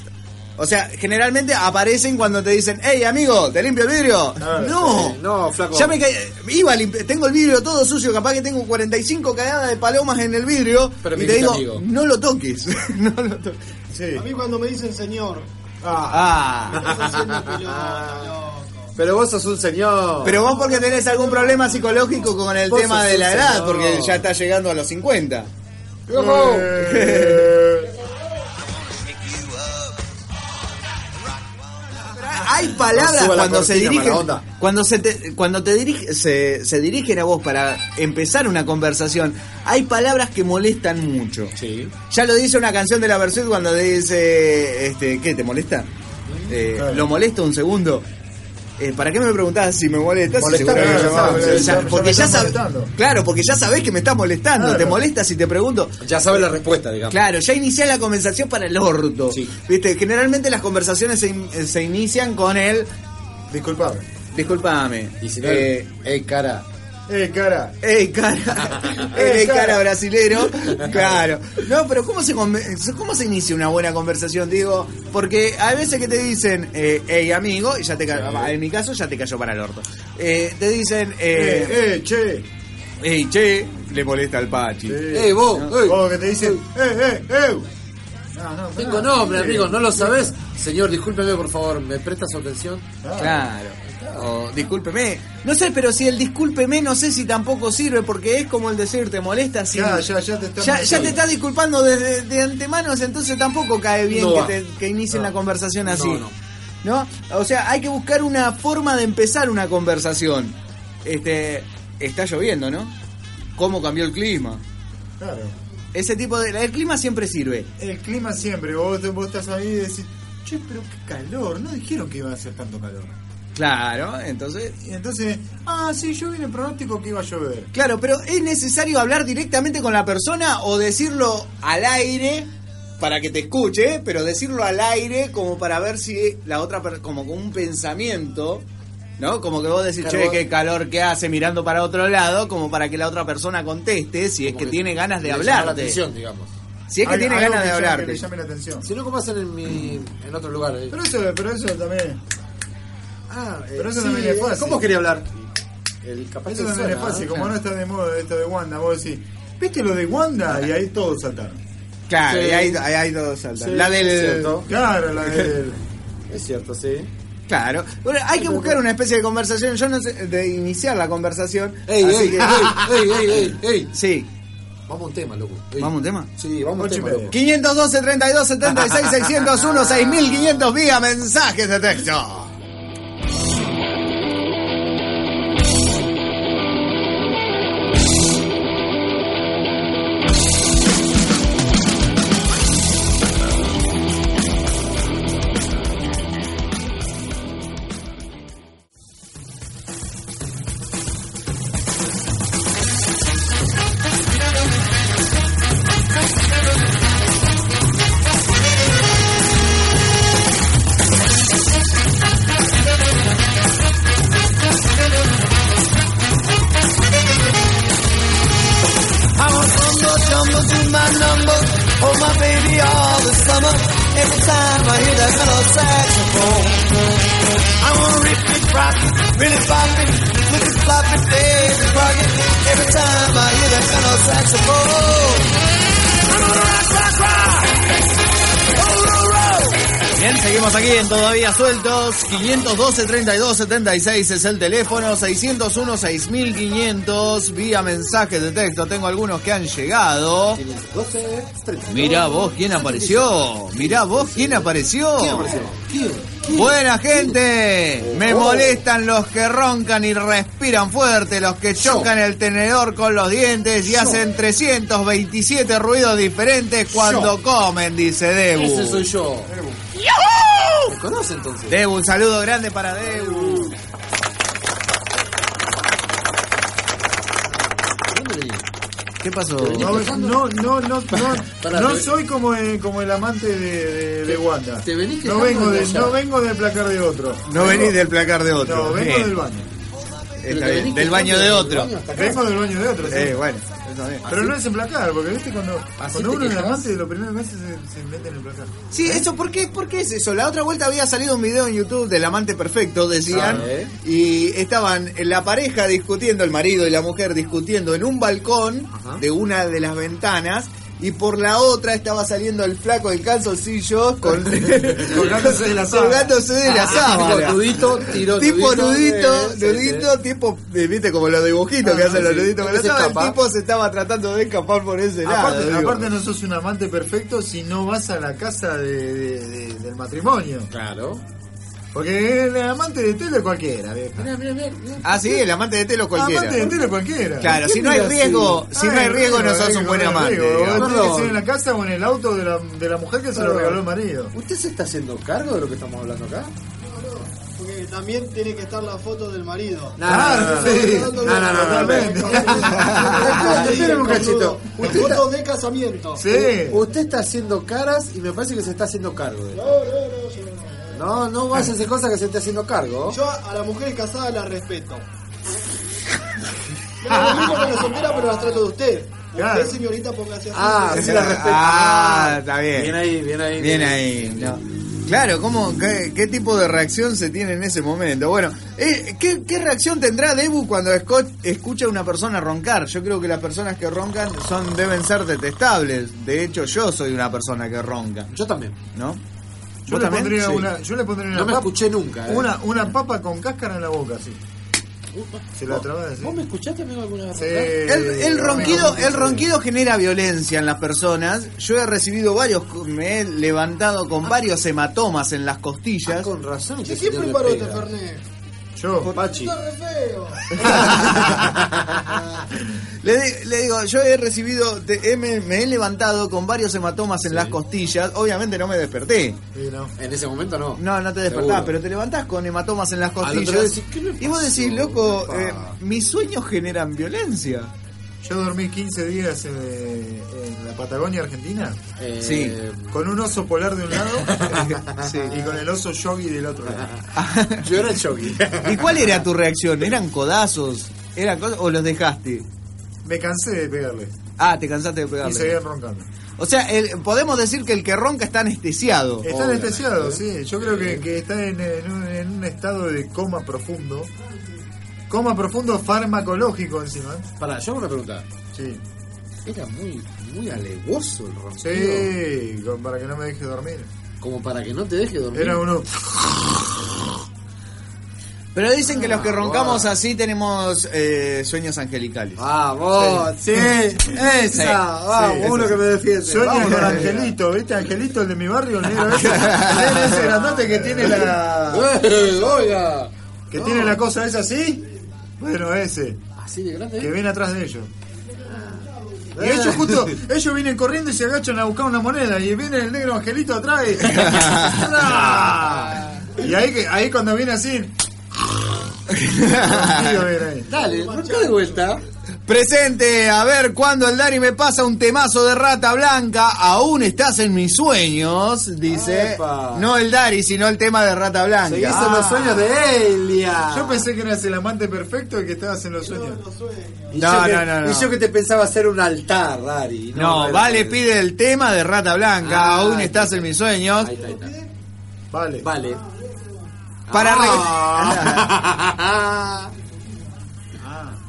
Speaker 2: O sea, generalmente aparecen cuando te dicen, hey amigo, ¿te limpio el vidrio?
Speaker 5: Claro,
Speaker 2: no.
Speaker 4: Ah, No, flaco.
Speaker 2: Ya me caí, iba a limpi- tengo el vidrio todo sucio, capaz que tengo 45 cagadas de palomas en el vidrio
Speaker 4: Pero
Speaker 2: y
Speaker 4: me
Speaker 2: te digo,
Speaker 4: grita amigo.
Speaker 2: no lo toques, [LAUGHS] no lo toques.
Speaker 5: Sí.
Speaker 6: A mí cuando me dicen señor,
Speaker 2: Ah.
Speaker 6: estás haciendo pelota, loco.
Speaker 4: Pero vos sos un señor.
Speaker 2: Pero vos porque tenés algún problema psicológico con el
Speaker 4: Vos
Speaker 2: tema
Speaker 4: sos
Speaker 2: de la
Speaker 4: un
Speaker 2: edad,
Speaker 4: señor.
Speaker 2: porque ya está llegando a los 50.
Speaker 5: Eh,
Speaker 2: Hay palabras
Speaker 4: No suba la
Speaker 2: cuando se
Speaker 4: cortina,
Speaker 2: dirigen
Speaker 4: mala onda.
Speaker 2: cuando se te- cuando te dirige, se, se dirigen a vos para empezar una conversación. Hay palabras que molestan mucho.
Speaker 4: Sí.
Speaker 2: Ya lo dice una canción de la Versuit cuando dice este, ¿qué te molesta? Eh,
Speaker 5: Claro.
Speaker 2: ¿Lo molesta un segundo? Eh, ¿Para qué me preguntás si me molesta? Si
Speaker 5: Molestar,
Speaker 2: seguro que
Speaker 5: claro,
Speaker 2: ya sabes.
Speaker 5: claro,
Speaker 2: O sea,
Speaker 5: ya- ya
Speaker 2: porque
Speaker 5: me
Speaker 2: ya
Speaker 5: estás
Speaker 2: sabes,
Speaker 5: molestando.
Speaker 2: claro, porque ya sabés que me estás molestando.
Speaker 5: Claro.
Speaker 2: ¿Te molesta si te pregunto?
Speaker 4: Ya sabes la respuesta, digamos.
Speaker 2: Claro, ya inicié la conversación para el orto.
Speaker 4: Sí.
Speaker 2: Viste, generalmente las conversaciones se, in- eh, se inician con el
Speaker 5: Disculpame.
Speaker 2: disculpame.
Speaker 4: Y si no,
Speaker 2: eh,
Speaker 4: eh, cara.
Speaker 5: [LAUGHS] Eh, cara.
Speaker 2: Ey,
Speaker 5: [LAUGHS]
Speaker 2: cara,
Speaker 5: Ey,
Speaker 2: ey, cara
Speaker 5: cara. [LAUGHS]
Speaker 2: brasilero, claro. No, pero ¿cómo se, conve- ¿cómo se inicia una buena conversación? Digo, porque hay veces que te dicen, eh, hey amigo, y ya te ca- en mi caso ya te cayó para el orto. Eh, te dicen,
Speaker 5: Eh,
Speaker 2: eh,
Speaker 5: eh, che.
Speaker 2: hey che, le molesta al Pachi.
Speaker 5: Eh,
Speaker 4: Eh, vos, eh.
Speaker 5: Vos que te dicen, eh, eh, eh. No, no,
Speaker 4: Tengo
Speaker 5: no,
Speaker 4: nombre,
Speaker 5: sí.
Speaker 4: amigo, ¿no lo sabes? Señor, discúlpeme, por favor, ¿me presta su atención?
Speaker 2: Claro. O discúlpeme. No sé, pero si el discúlpeme no sé si tampoco sirve porque es como el decir te molesta si
Speaker 5: Ya, ya, ya te estás.
Speaker 2: Ya, ya te estás disculpando desde de antemano, entonces tampoco cae bien
Speaker 4: No
Speaker 2: que,
Speaker 4: va.
Speaker 2: te- que inicien la conversación así.
Speaker 4: no.
Speaker 2: ¿No? O sea, hay que buscar una forma de empezar una conversación. Este, está lloviendo, ¿no? ¿Cómo cambió el clima?
Speaker 5: Claro.
Speaker 2: Ese tipo de... El clima siempre sirve.
Speaker 5: El clima siempre. Vos, vos estás ahí y decís, che, pero qué calor. No dijeron que iba a hacer tanto calor.
Speaker 2: Claro, entonces...
Speaker 5: Y entonces, ah, sí, yo vi en el pronóstico que iba a llover.
Speaker 2: Claro, pero ¿es necesario hablar directamente con la persona o decirlo al aire para que te escuche, pero decirlo al aire como para ver si la otra, per- como con un pensamiento, ¿no? Como que vos decís,
Speaker 4: Claro,
Speaker 2: che,
Speaker 4: vos-
Speaker 2: qué calor que hace mirando para otro lado, como para que la otra persona conteste si es
Speaker 4: Como
Speaker 2: que,
Speaker 4: que
Speaker 2: tiene ganas de
Speaker 4: Le llama la
Speaker 2: hablarte.
Speaker 4: atención, digamos.
Speaker 2: Si es que
Speaker 5: Algo-
Speaker 2: tiene
Speaker 5: algo
Speaker 2: ganas de
Speaker 5: que llame-
Speaker 2: hablarte.
Speaker 5: Que le llame la atención.
Speaker 4: Si no, como hacen en, mi, en otro lugar. eh.
Speaker 5: Pero eso, pero eso también. eh,
Speaker 4: Ah,
Speaker 5: Pero eso también es fácil.
Speaker 4: ¿Cómo quería hablar? El capaz
Speaker 5: Eso
Speaker 4: que
Speaker 5: también es
Speaker 4: suena,
Speaker 5: fácil.
Speaker 4: ¿eh?
Speaker 5: Como no está de moda esto de Wanda, vos decís, ¿viste lo de Wanda? Y ahí todos saltaron.
Speaker 2: Claro,
Speaker 4: Sí.
Speaker 2: y ahí, ahí hay dos saltas.
Speaker 4: Sí,
Speaker 2: la del.
Speaker 4: es cierto.
Speaker 5: Claro, la del.
Speaker 4: Es cierto, sí.
Speaker 2: Claro. Bueno, hay que buscar una especie de conversación. Yo no sé, de iniciar la conversación.
Speaker 4: Ey,
Speaker 2: así
Speaker 4: ey,
Speaker 2: que-
Speaker 4: [LAUGHS] ey, ey, ey, ey.
Speaker 2: Sí.
Speaker 4: Vamos a un tema, loco. Ey.
Speaker 2: ¿Vamos a un tema?
Speaker 4: Sí, vamos a un
Speaker 5: Ocho y
Speaker 4: tema,
Speaker 5: media.
Speaker 4: loco.
Speaker 2: 512 32 76 601 6500 vía mensajes de texto.
Speaker 7: I was on the jumbo to my number. Oh, my baby, all the summer. Every time I hear that mellow saxophone. I want to rip it, rock it, really pop it. Look it, flop it, baby, rock it. Every time I hear that mellow saxophone. I'm gonna rock, rock, rock. Oh, roll, roll.
Speaker 2: Bien, seguimos aquí en Todavía Sueltos. 512 32 76 es el teléfono. 601 6500 vía mensajes de texto. Tengo algunos que han llegado.
Speaker 4: 512, 32.
Speaker 2: Mirá vos quién apareció. Mirá vos quién apareció.
Speaker 4: ¿Quién apareció? ¿Quién?
Speaker 2: Buena gente, me molestan los que roncan y respiran fuerte, los que chocan el tenedor con los dientes y hacen 327 ruidos diferentes cuando comen, dice
Speaker 4: Ese
Speaker 2: Debu.
Speaker 4: soy yo. ¿Me conoce entonces?
Speaker 2: Debu, un saludo grande para Debu.
Speaker 4: ¿Dónde leí?
Speaker 2: ¿Qué pasó?
Speaker 5: No, no, no, no, no,
Speaker 4: [LAUGHS] Pará,
Speaker 5: no
Speaker 4: te-
Speaker 5: soy como el, como el amante de, de, de Wanda.
Speaker 4: Te venís quejando
Speaker 5: no vengo,
Speaker 4: de
Speaker 5: de,
Speaker 4: allá.
Speaker 5: no vengo del placar de otro.
Speaker 2: No venís del placar de
Speaker 5: No,
Speaker 2: otro.
Speaker 5: vengo
Speaker 2: Bien,
Speaker 5: del baño.
Speaker 2: está bien, Del baño de otro.
Speaker 5: Vengo del baño de otro. sí.
Speaker 2: Eh, bueno. Eso bien.
Speaker 5: Pero no es emplacar, porque viste cuando,
Speaker 2: Así
Speaker 5: cuando
Speaker 2: te
Speaker 5: uno es
Speaker 2: quejas.
Speaker 5: amante de los primeros meses se, se mete en emplacar.
Speaker 2: Sí, eso, ¿por qué, ¿por qué es eso? La otra vuelta había salido un video en YouTube del amante perfecto, decían,
Speaker 4: Ah, ¿eh?
Speaker 2: y estaban la pareja discutiendo, el marido y la mujer discutiendo en un balcón
Speaker 4: Ajá.
Speaker 2: de una de las ventanas. Y por la otra estaba saliendo el flaco del calzoncillo [LAUGHS] con,
Speaker 4: Colgándose de la
Speaker 2: [LAUGHS]
Speaker 4: sábana.
Speaker 2: colgándose de la sábana.
Speaker 4: Tipo nudito, tiró
Speaker 2: Tipo nudito,
Speaker 4: Sí, sí,
Speaker 2: nudito, tipo, eh, viste, como los dibujitos que
Speaker 4: Ah,
Speaker 2: hacen los
Speaker 4: sí.
Speaker 2: nuditos con la
Speaker 4: Se
Speaker 2: sábana.
Speaker 4: escapa.
Speaker 2: El tipo se estaba tratando de escapar por ese lado.
Speaker 5: aparte,
Speaker 2: digo.
Speaker 5: aparte no sos un amante perfecto si no vas a la casa de- de- de- del matrimonio.
Speaker 4: Claro.
Speaker 5: Porque el amante de tele cualquiera, vieja.
Speaker 4: Mirá, mirá, mirá, mirá.
Speaker 2: Ah, sí, el amante de telo cualquiera.
Speaker 5: Amante de tele cualquiera.
Speaker 2: Claro, si no hay
Speaker 4: mira así?
Speaker 2: riesgo, si no hay riesgo no sos un buen amante. digamos.
Speaker 5: Vos tenés que
Speaker 4: Perdón.
Speaker 5: ser en la casa o en el auto de la, de la mujer que se lo
Speaker 4: Perdón.
Speaker 5: regaló el marido.
Speaker 4: ¿Usted se está haciendo cargo de lo que estamos hablando acá?
Speaker 6: Porque también tiene que estar la foto del marido.
Speaker 5: Claro, sí.
Speaker 6: No, no, no,
Speaker 5: No, no, no, totalmente.
Speaker 4: Esperen un cachito.
Speaker 6: Las fotos de casamiento.
Speaker 5: Sí.
Speaker 4: Usted está haciendo caras y me parece que se está haciendo cargo. de-
Speaker 6: No, no, no, yo no.
Speaker 4: No, no vaya a hacer cosas que se esté haciendo cargo.
Speaker 6: Yo a la mujer casada la [LAUGHS] respeto. No, lo mismo con la soltera, pero las trato de usted.
Speaker 5: Claro.
Speaker 6: Usted, señorita, póngase así.
Speaker 4: Ah, sí la respeto.
Speaker 2: Ah, está bien.
Speaker 4: Bien ahí, bien ahí.
Speaker 2: Bien ahí. no. Claro, ¿cómo, qué, qué tipo de reacción se tiene en ese momento? Bueno, eh, ¿qué, qué reacción tendrá Debu cuando Scott escucha a una persona roncar? Yo creo que las personas que roncan son deben ser detestables. De hecho, yo soy una persona que ronca,
Speaker 4: Yo también.
Speaker 2: ¿no?
Speaker 5: Yo
Speaker 2: ¿Vos
Speaker 5: le,
Speaker 2: también?
Speaker 5: pondría
Speaker 2: Sí.
Speaker 5: una, yo le pondría una
Speaker 4: No me
Speaker 5: papa,
Speaker 4: escuché nunca. ¿eh?
Speaker 5: una, una papa con cáscara en la boca, sí. Se la trababa así.
Speaker 4: ¿Vos me escuchaste amigo alguna vez?
Speaker 5: Sí.
Speaker 2: El, el ronquido,
Speaker 5: eh, Amigo,
Speaker 2: el ronquido genera violencia en las personas. Yo he recibido varios, me he levantado
Speaker 5: Ah.
Speaker 2: con varios hematomas en las
Speaker 4: Ah,
Speaker 2: costillas.
Speaker 4: con razón.
Speaker 6: ¿Quién
Speaker 4: este
Speaker 6: ¿Quién
Speaker 4: señor le
Speaker 6: preparó este
Speaker 4: pega.
Speaker 6: Fernet?
Speaker 5: Yo.
Speaker 4: Pachi.
Speaker 6: Está re feo.
Speaker 2: Le, di- le digo, yo he recibido, te- he- me, me he levantado con varios hematomas en las costillas. Obviamente no me desperté.
Speaker 5: Sí, no.
Speaker 4: En ese momento no.
Speaker 2: No, no te despertás,
Speaker 4: Seguro.
Speaker 2: pero te levantás con hematomas en las
Speaker 4: Al otro
Speaker 2: costillas.
Speaker 4: día decís, ¿qué me
Speaker 2: y vos
Speaker 4: pasó?
Speaker 2: decís, loco,
Speaker 4: Epa.
Speaker 2: eh, mis sueños generan violencia.
Speaker 5: Yo dormí 15 días eh, en la Patagonia Argentina
Speaker 4: Eh,
Speaker 2: Sí.
Speaker 5: con un oso polar de un lado y con el oso yogi del otro lado.
Speaker 4: Yo era el Chogui.
Speaker 2: ¿Y cuál era tu reacción? ¿Eran codazos? ¿Eran cosas o los dejaste?
Speaker 5: Me cansé de pegarle
Speaker 2: Ah, te cansaste de
Speaker 5: y
Speaker 2: pegarle.
Speaker 5: seguían roncando.
Speaker 2: O sea, el- podemos decir que el que ronca está anestesiado.
Speaker 5: Está anestesiado,
Speaker 4: ¿eh?
Speaker 5: sí. Yo creo que, que está en, en un, en un estado de coma profundo. Coma profundo farmacológico encima.
Speaker 4: Pará, yo hago una pregunta.
Speaker 5: Sí.
Speaker 4: Era muy, muy alevoso el ronquido.
Speaker 5: Sí, con- para que no me deje dormir.
Speaker 4: Como para que no te deje dormir.
Speaker 5: Era uno...
Speaker 2: Pero dicen que los
Speaker 4: Ah,
Speaker 2: que roncamos así tenemos eh, sueños angelicales.
Speaker 4: Vamos, sí, esa,
Speaker 2: Ah, Sí, Ah,
Speaker 4: vamos,
Speaker 5: sí,
Speaker 4: Ah, uno
Speaker 5: esa.
Speaker 4: que me defiende.
Speaker 5: Sueño
Speaker 4: vamos,
Speaker 5: con
Speaker 4: con la-
Speaker 5: Angelito, ¿viste? Angelito, el de mi barrio, el
Speaker 4: [LAUGHS]
Speaker 5: negro ese. El ese grandote que tiene la...
Speaker 4: ¡Eh, oiga!
Speaker 5: Que tiene la cosa esa así. Bueno, ese.
Speaker 4: Así de grande.
Speaker 5: Que viene atrás de ellos. Y ellos
Speaker 4: [LAUGHS]
Speaker 5: justo, ellos vienen corriendo y se agachan a buscar una moneda y viene el negro angelito atrás
Speaker 4: [LAUGHS]
Speaker 5: y... [LAUGHS] ¡Ah! Y ahí, que- ahí cuando viene así... [LAUGHS] Tío, viene ahí.
Speaker 4: Dale, ronca de vuelta.
Speaker 2: Presente, a ver cuándo el Dari me pasa un temazo de rata blanca. Aún estás en mis sueños, dice.
Speaker 4: Epa.
Speaker 2: No el Dari, sino el tema de rata blanca.
Speaker 4: Seguís en
Speaker 2: Ah.
Speaker 4: los sueños de Elia.
Speaker 5: Yo pensé que eras el amante perfecto y que estabas en los sueños.
Speaker 4: Y
Speaker 2: No,
Speaker 4: yo que-
Speaker 2: no, no, no.
Speaker 4: Y yo que te pensaba hacer un altar, Dari.
Speaker 2: No,
Speaker 4: era-
Speaker 2: vale, pide el tema de rata blanca.
Speaker 4: Ah,
Speaker 2: Aún
Speaker 4: ahí
Speaker 2: estás
Speaker 4: está.
Speaker 2: en mis sueños.
Speaker 4: Ahí está, ahí está.
Speaker 5: Vale.
Speaker 4: Vale. [LAUGHS]
Speaker 2: Para
Speaker 4: Ah.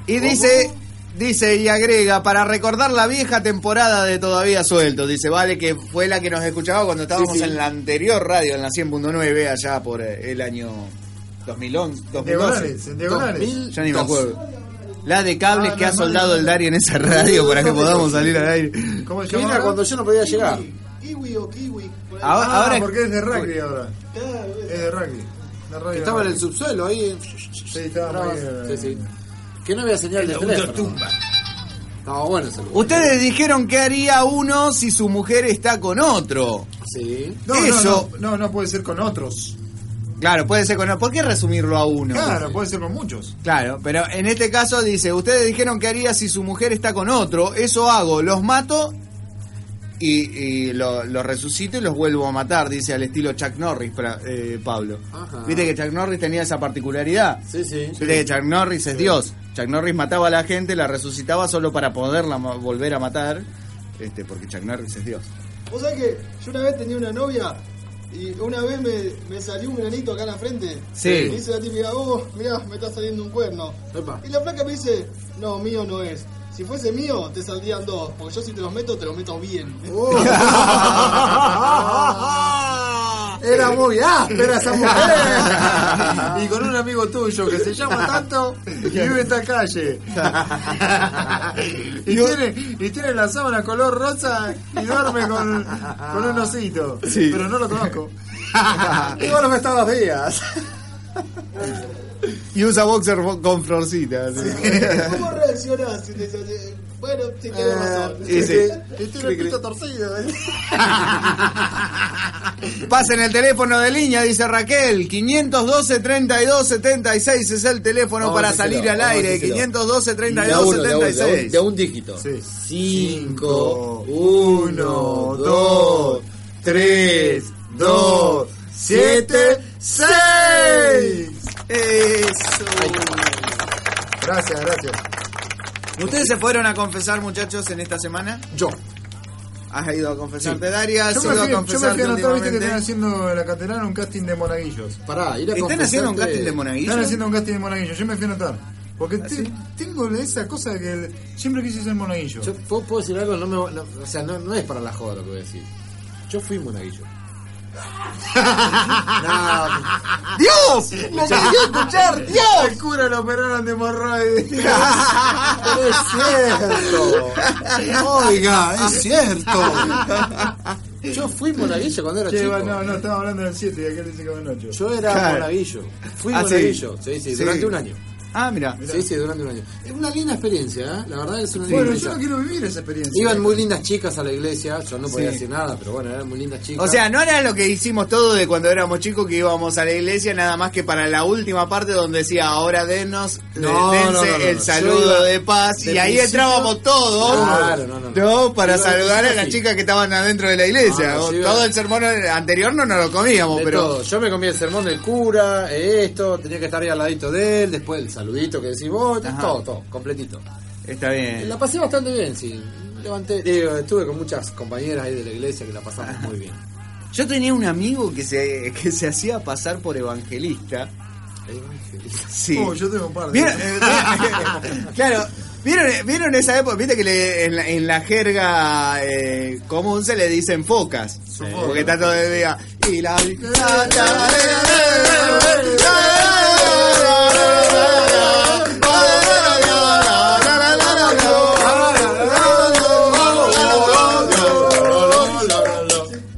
Speaker 2: Y dice, dice y agrega, para recordar la vieja temporada de Todavía Suelto, dice, vale, que fue la que nos escuchaba cuando estábamos
Speaker 4: Sí, sí.
Speaker 2: en la anterior radio, en la 100.9, allá por eh, el año 2011, 2012.
Speaker 5: Diagonales, en diagonales.
Speaker 4: 2000.
Speaker 2: Ya ni me acuerdo. La de cables
Speaker 5: Ah,
Speaker 2: que
Speaker 5: no,
Speaker 2: ha
Speaker 5: no,
Speaker 2: soldado
Speaker 5: no, no.
Speaker 2: el Dari en esa radio para que podamos salir al aire.
Speaker 5: ¿Cómo se
Speaker 4: Que era
Speaker 5: llama?
Speaker 4: cuando yo no podía llegar.
Speaker 6: Kiwi o kiwi. por ahí.
Speaker 2: Ahora-
Speaker 5: Ah,
Speaker 2: ahora-
Speaker 5: porque es de rugby ahora.
Speaker 6: Claro,
Speaker 5: Es de rugby. De rugby
Speaker 4: Estaba en
Speaker 5: ahora.
Speaker 4: el subsuelo ahí.
Speaker 5: Sí, estaba muy, eh,
Speaker 4: Sí, sí. Que no había señal de teléfono. No, bueno, es el
Speaker 2: Ustedes dijeron que haría uno si su mujer está con otro.
Speaker 4: Sí.
Speaker 5: No, no,
Speaker 2: Eso.
Speaker 5: No, no, no puede ser con otros.
Speaker 2: Claro, puede ser con otro. ¿Por qué resumirlo a uno?
Speaker 5: Claro, puede ser con muchos.
Speaker 2: Claro, pero en este caso dice, ustedes dijeron que haría si su mujer está con otro, eso hago, los mato y, y lo- los resucito y los vuelvo a matar, dice al estilo Chuck Norris, pra- eh, Pablo.
Speaker 4: Ajá.
Speaker 2: Viste que Chuck Norris tenía esa particularidad.
Speaker 4: Sí, sí.
Speaker 2: Viste que Chuck Norris es Dios. Chuck Norris mataba a la gente, la resucitaba solo para poderla ma- volver a matar. Este, porque Chuck Norris
Speaker 4: [LAUGHS]
Speaker 2: es Dios.
Speaker 6: Vos sabés que yo una vez tenía una novia y una vez me, me salió un granito acá en la frente.
Speaker 10: Sí.
Speaker 6: Y Me dice la típica, oh, mirá, me está saliendo un cuerno.
Speaker 10: Epa.
Speaker 6: Y la placa me dice, no, mío no es. Si fuese mío, te saldrían dos, porque yo si te los meto, te los meto bien.
Speaker 10: Era muy áspera esa
Speaker 2: [LAUGHS]
Speaker 10: mujer. y con un amigo tuyo que se llama tanto y vive en esta
Speaker 2: [LAUGHS]
Speaker 10: calle. y, tiene, y tiene la sábana color rosa y duerme con, con un osito. Pero no lo conozco.
Speaker 5: Y bueno, me estabas días.
Speaker 2: Y usa boxer con florcitas. [LAUGHS]
Speaker 6: [LAUGHS] ¿Cómo reaccionás? si te sale- Bueno, si tienes razón.
Speaker 2: sí, sí.
Speaker 5: Y
Speaker 4: Este
Speaker 5: tiene el pito torcido. ¿eh?
Speaker 2: Pasen el teléfono de línea, dice Raquel. 512 32 76 es el teléfono
Speaker 4: Vamos a
Speaker 2: para
Speaker 4: decirlo,
Speaker 2: salir al
Speaker 4: vamos a
Speaker 2: aire.
Speaker 4: decirlo.
Speaker 2: 512
Speaker 4: De a
Speaker 2: 32
Speaker 4: uno, de a uno, de a un-
Speaker 2: 76.
Speaker 4: de a un dígito.
Speaker 5: Sí.
Speaker 4: 5, 1, 2, 3, 2, 7, 6.
Speaker 2: Eso.
Speaker 5: Gracias, gracias.
Speaker 2: ¿Ustedes se fueron a confesar, muchachos, en esta semana?
Speaker 5: Yo.
Speaker 2: ¿Has ido a confesarte, Daria? ¿Has
Speaker 5: Yo
Speaker 2: ido
Speaker 5: me
Speaker 2: a
Speaker 5: fui, yo me fui
Speaker 2: confesarte
Speaker 5: a anotar, viste que están
Speaker 2: últimamente?
Speaker 5: haciendo en la catedral un casting de monaguillos.
Speaker 4: Pará, ir a
Speaker 2: ¿Están haciendo un
Speaker 4: confesarte-
Speaker 2: casting de monaguillo?
Speaker 5: Están haciendo un casting de monaguillos, yo me fui a anotar. Porque te- tengo esa cosa que el- siempre quise ser monaguillo.
Speaker 4: Yo puedo, puedo decir algo, no me, no- o sea, no, no es para la joda lo que voy a decir. Yo fui monaguillo. [LAUGHS]
Speaker 2: ¡Dios! ¡Lo quería escuchar!
Speaker 5: [LAUGHS]
Speaker 2: ¡Dios!
Speaker 5: El cura lo operaron de hemorroides.
Speaker 4: Oiga, es
Speaker 5: [LAUGHS]
Speaker 4: cierto. Yo fui monaguillo cuando era
Speaker 5: Che,
Speaker 4: chico.
Speaker 5: va, no, no, estaba hablando del 7 y aquel dice que va en 8.
Speaker 4: Yo era
Speaker 2: Claro.
Speaker 4: monaguillo. Fui
Speaker 2: Ah, sí.
Speaker 4: monaguillo, sí, sí,
Speaker 2: Sí.
Speaker 4: durante un año.
Speaker 2: Ah, mira.
Speaker 4: Sí, sí, durante un año. Es una linda experiencia, ¿eh? La verdad es una linda
Speaker 5: Bueno, yo no
Speaker 4: experiencia.
Speaker 5: quiero vivir esa experiencia.
Speaker 4: Iban muy lindas chicas a la iglesia, yo no podía
Speaker 2: Sí.
Speaker 4: hacer nada, pero bueno, eran muy lindas chicas.
Speaker 2: O sea, no era lo que hicimos todo de cuando éramos chicos que íbamos a la iglesia, nada más que para la última parte donde decía, ahora denos,
Speaker 4: No,
Speaker 2: dense
Speaker 4: no, no, no, no.
Speaker 2: el
Speaker 4: Yo
Speaker 2: saludo
Speaker 4: iba
Speaker 2: de paz,
Speaker 4: de
Speaker 2: y ahí
Speaker 4: principio-
Speaker 2: entrábamos todos.
Speaker 4: Claro, no, no, no.
Speaker 2: ¿no? Para
Speaker 4: Iba de
Speaker 2: saludar a
Speaker 4: principio a
Speaker 2: las
Speaker 4: fin.
Speaker 2: chicas que estaban adentro de la iglesia.
Speaker 4: No, no, yo iba-
Speaker 2: Todo el sermón anterior no nos lo comíamos,
Speaker 4: De
Speaker 2: pero...
Speaker 4: todo. Yo me comí el sermón del cura, eh, esto, tenía que estar ahí al ladito de él, después el saludito que decís vos,
Speaker 2: Ajá.
Speaker 4: todo, todo, completito.
Speaker 2: Está bien.
Speaker 4: La pasé bastante bien, sí. Levanté, digo, estuve con muchas compañeras ahí de la iglesia que la
Speaker 2: [LAUGHS]
Speaker 4: pasamos muy bien.
Speaker 2: Yo tenía un amigo que se, que se hacía pasar por evangelista. Sí.
Speaker 5: Oh, yo tengo un par de.
Speaker 2: ¿Vieron, eh, eh, claro, ¿vieron, ¿vieron esa época? Viste que le- en, la, en la jerga eh, común se le dicen focas. Porque está todo el día. Y la.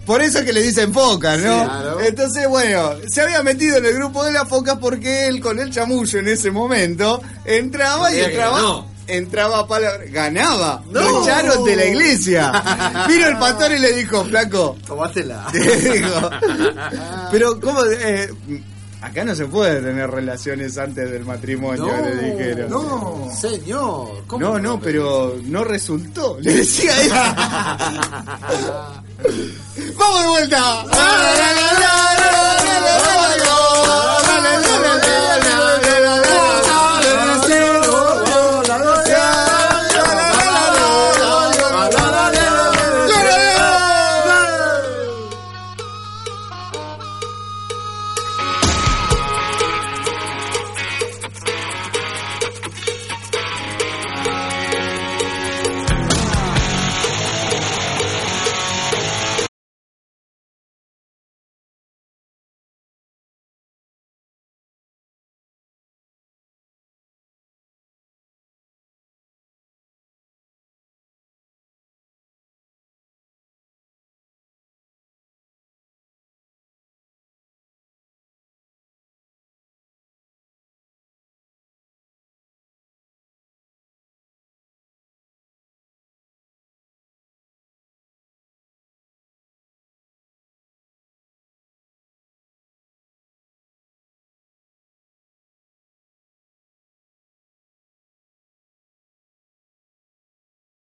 Speaker 2: Por eso es que le dicen focas, ¿no?
Speaker 4: claro.
Speaker 2: Entonces, bueno, se había metido en el grupo de las focas porque él con el chamullo en ese momento entraba y
Speaker 4: Tenía que
Speaker 2: entraba.
Speaker 4: ganar.
Speaker 2: Entraba a palabra, ganaba, lo echaron de la
Speaker 4: [LAUGHS]
Speaker 2: iglesia. Vino el pastor y le dijo, flaco,
Speaker 4: Tomátela.
Speaker 2: te digo. Pero, ¿cómo? eh, acá no se puede tener relaciones antes del matrimonio,
Speaker 4: No,
Speaker 2: le dijeron.
Speaker 5: No.
Speaker 4: Señor, ¿cómo
Speaker 2: No,
Speaker 4: que
Speaker 2: no,
Speaker 4: me-
Speaker 2: pero no resultó. [LAUGHS] Le decía ella. ¡Vamos de vuelta!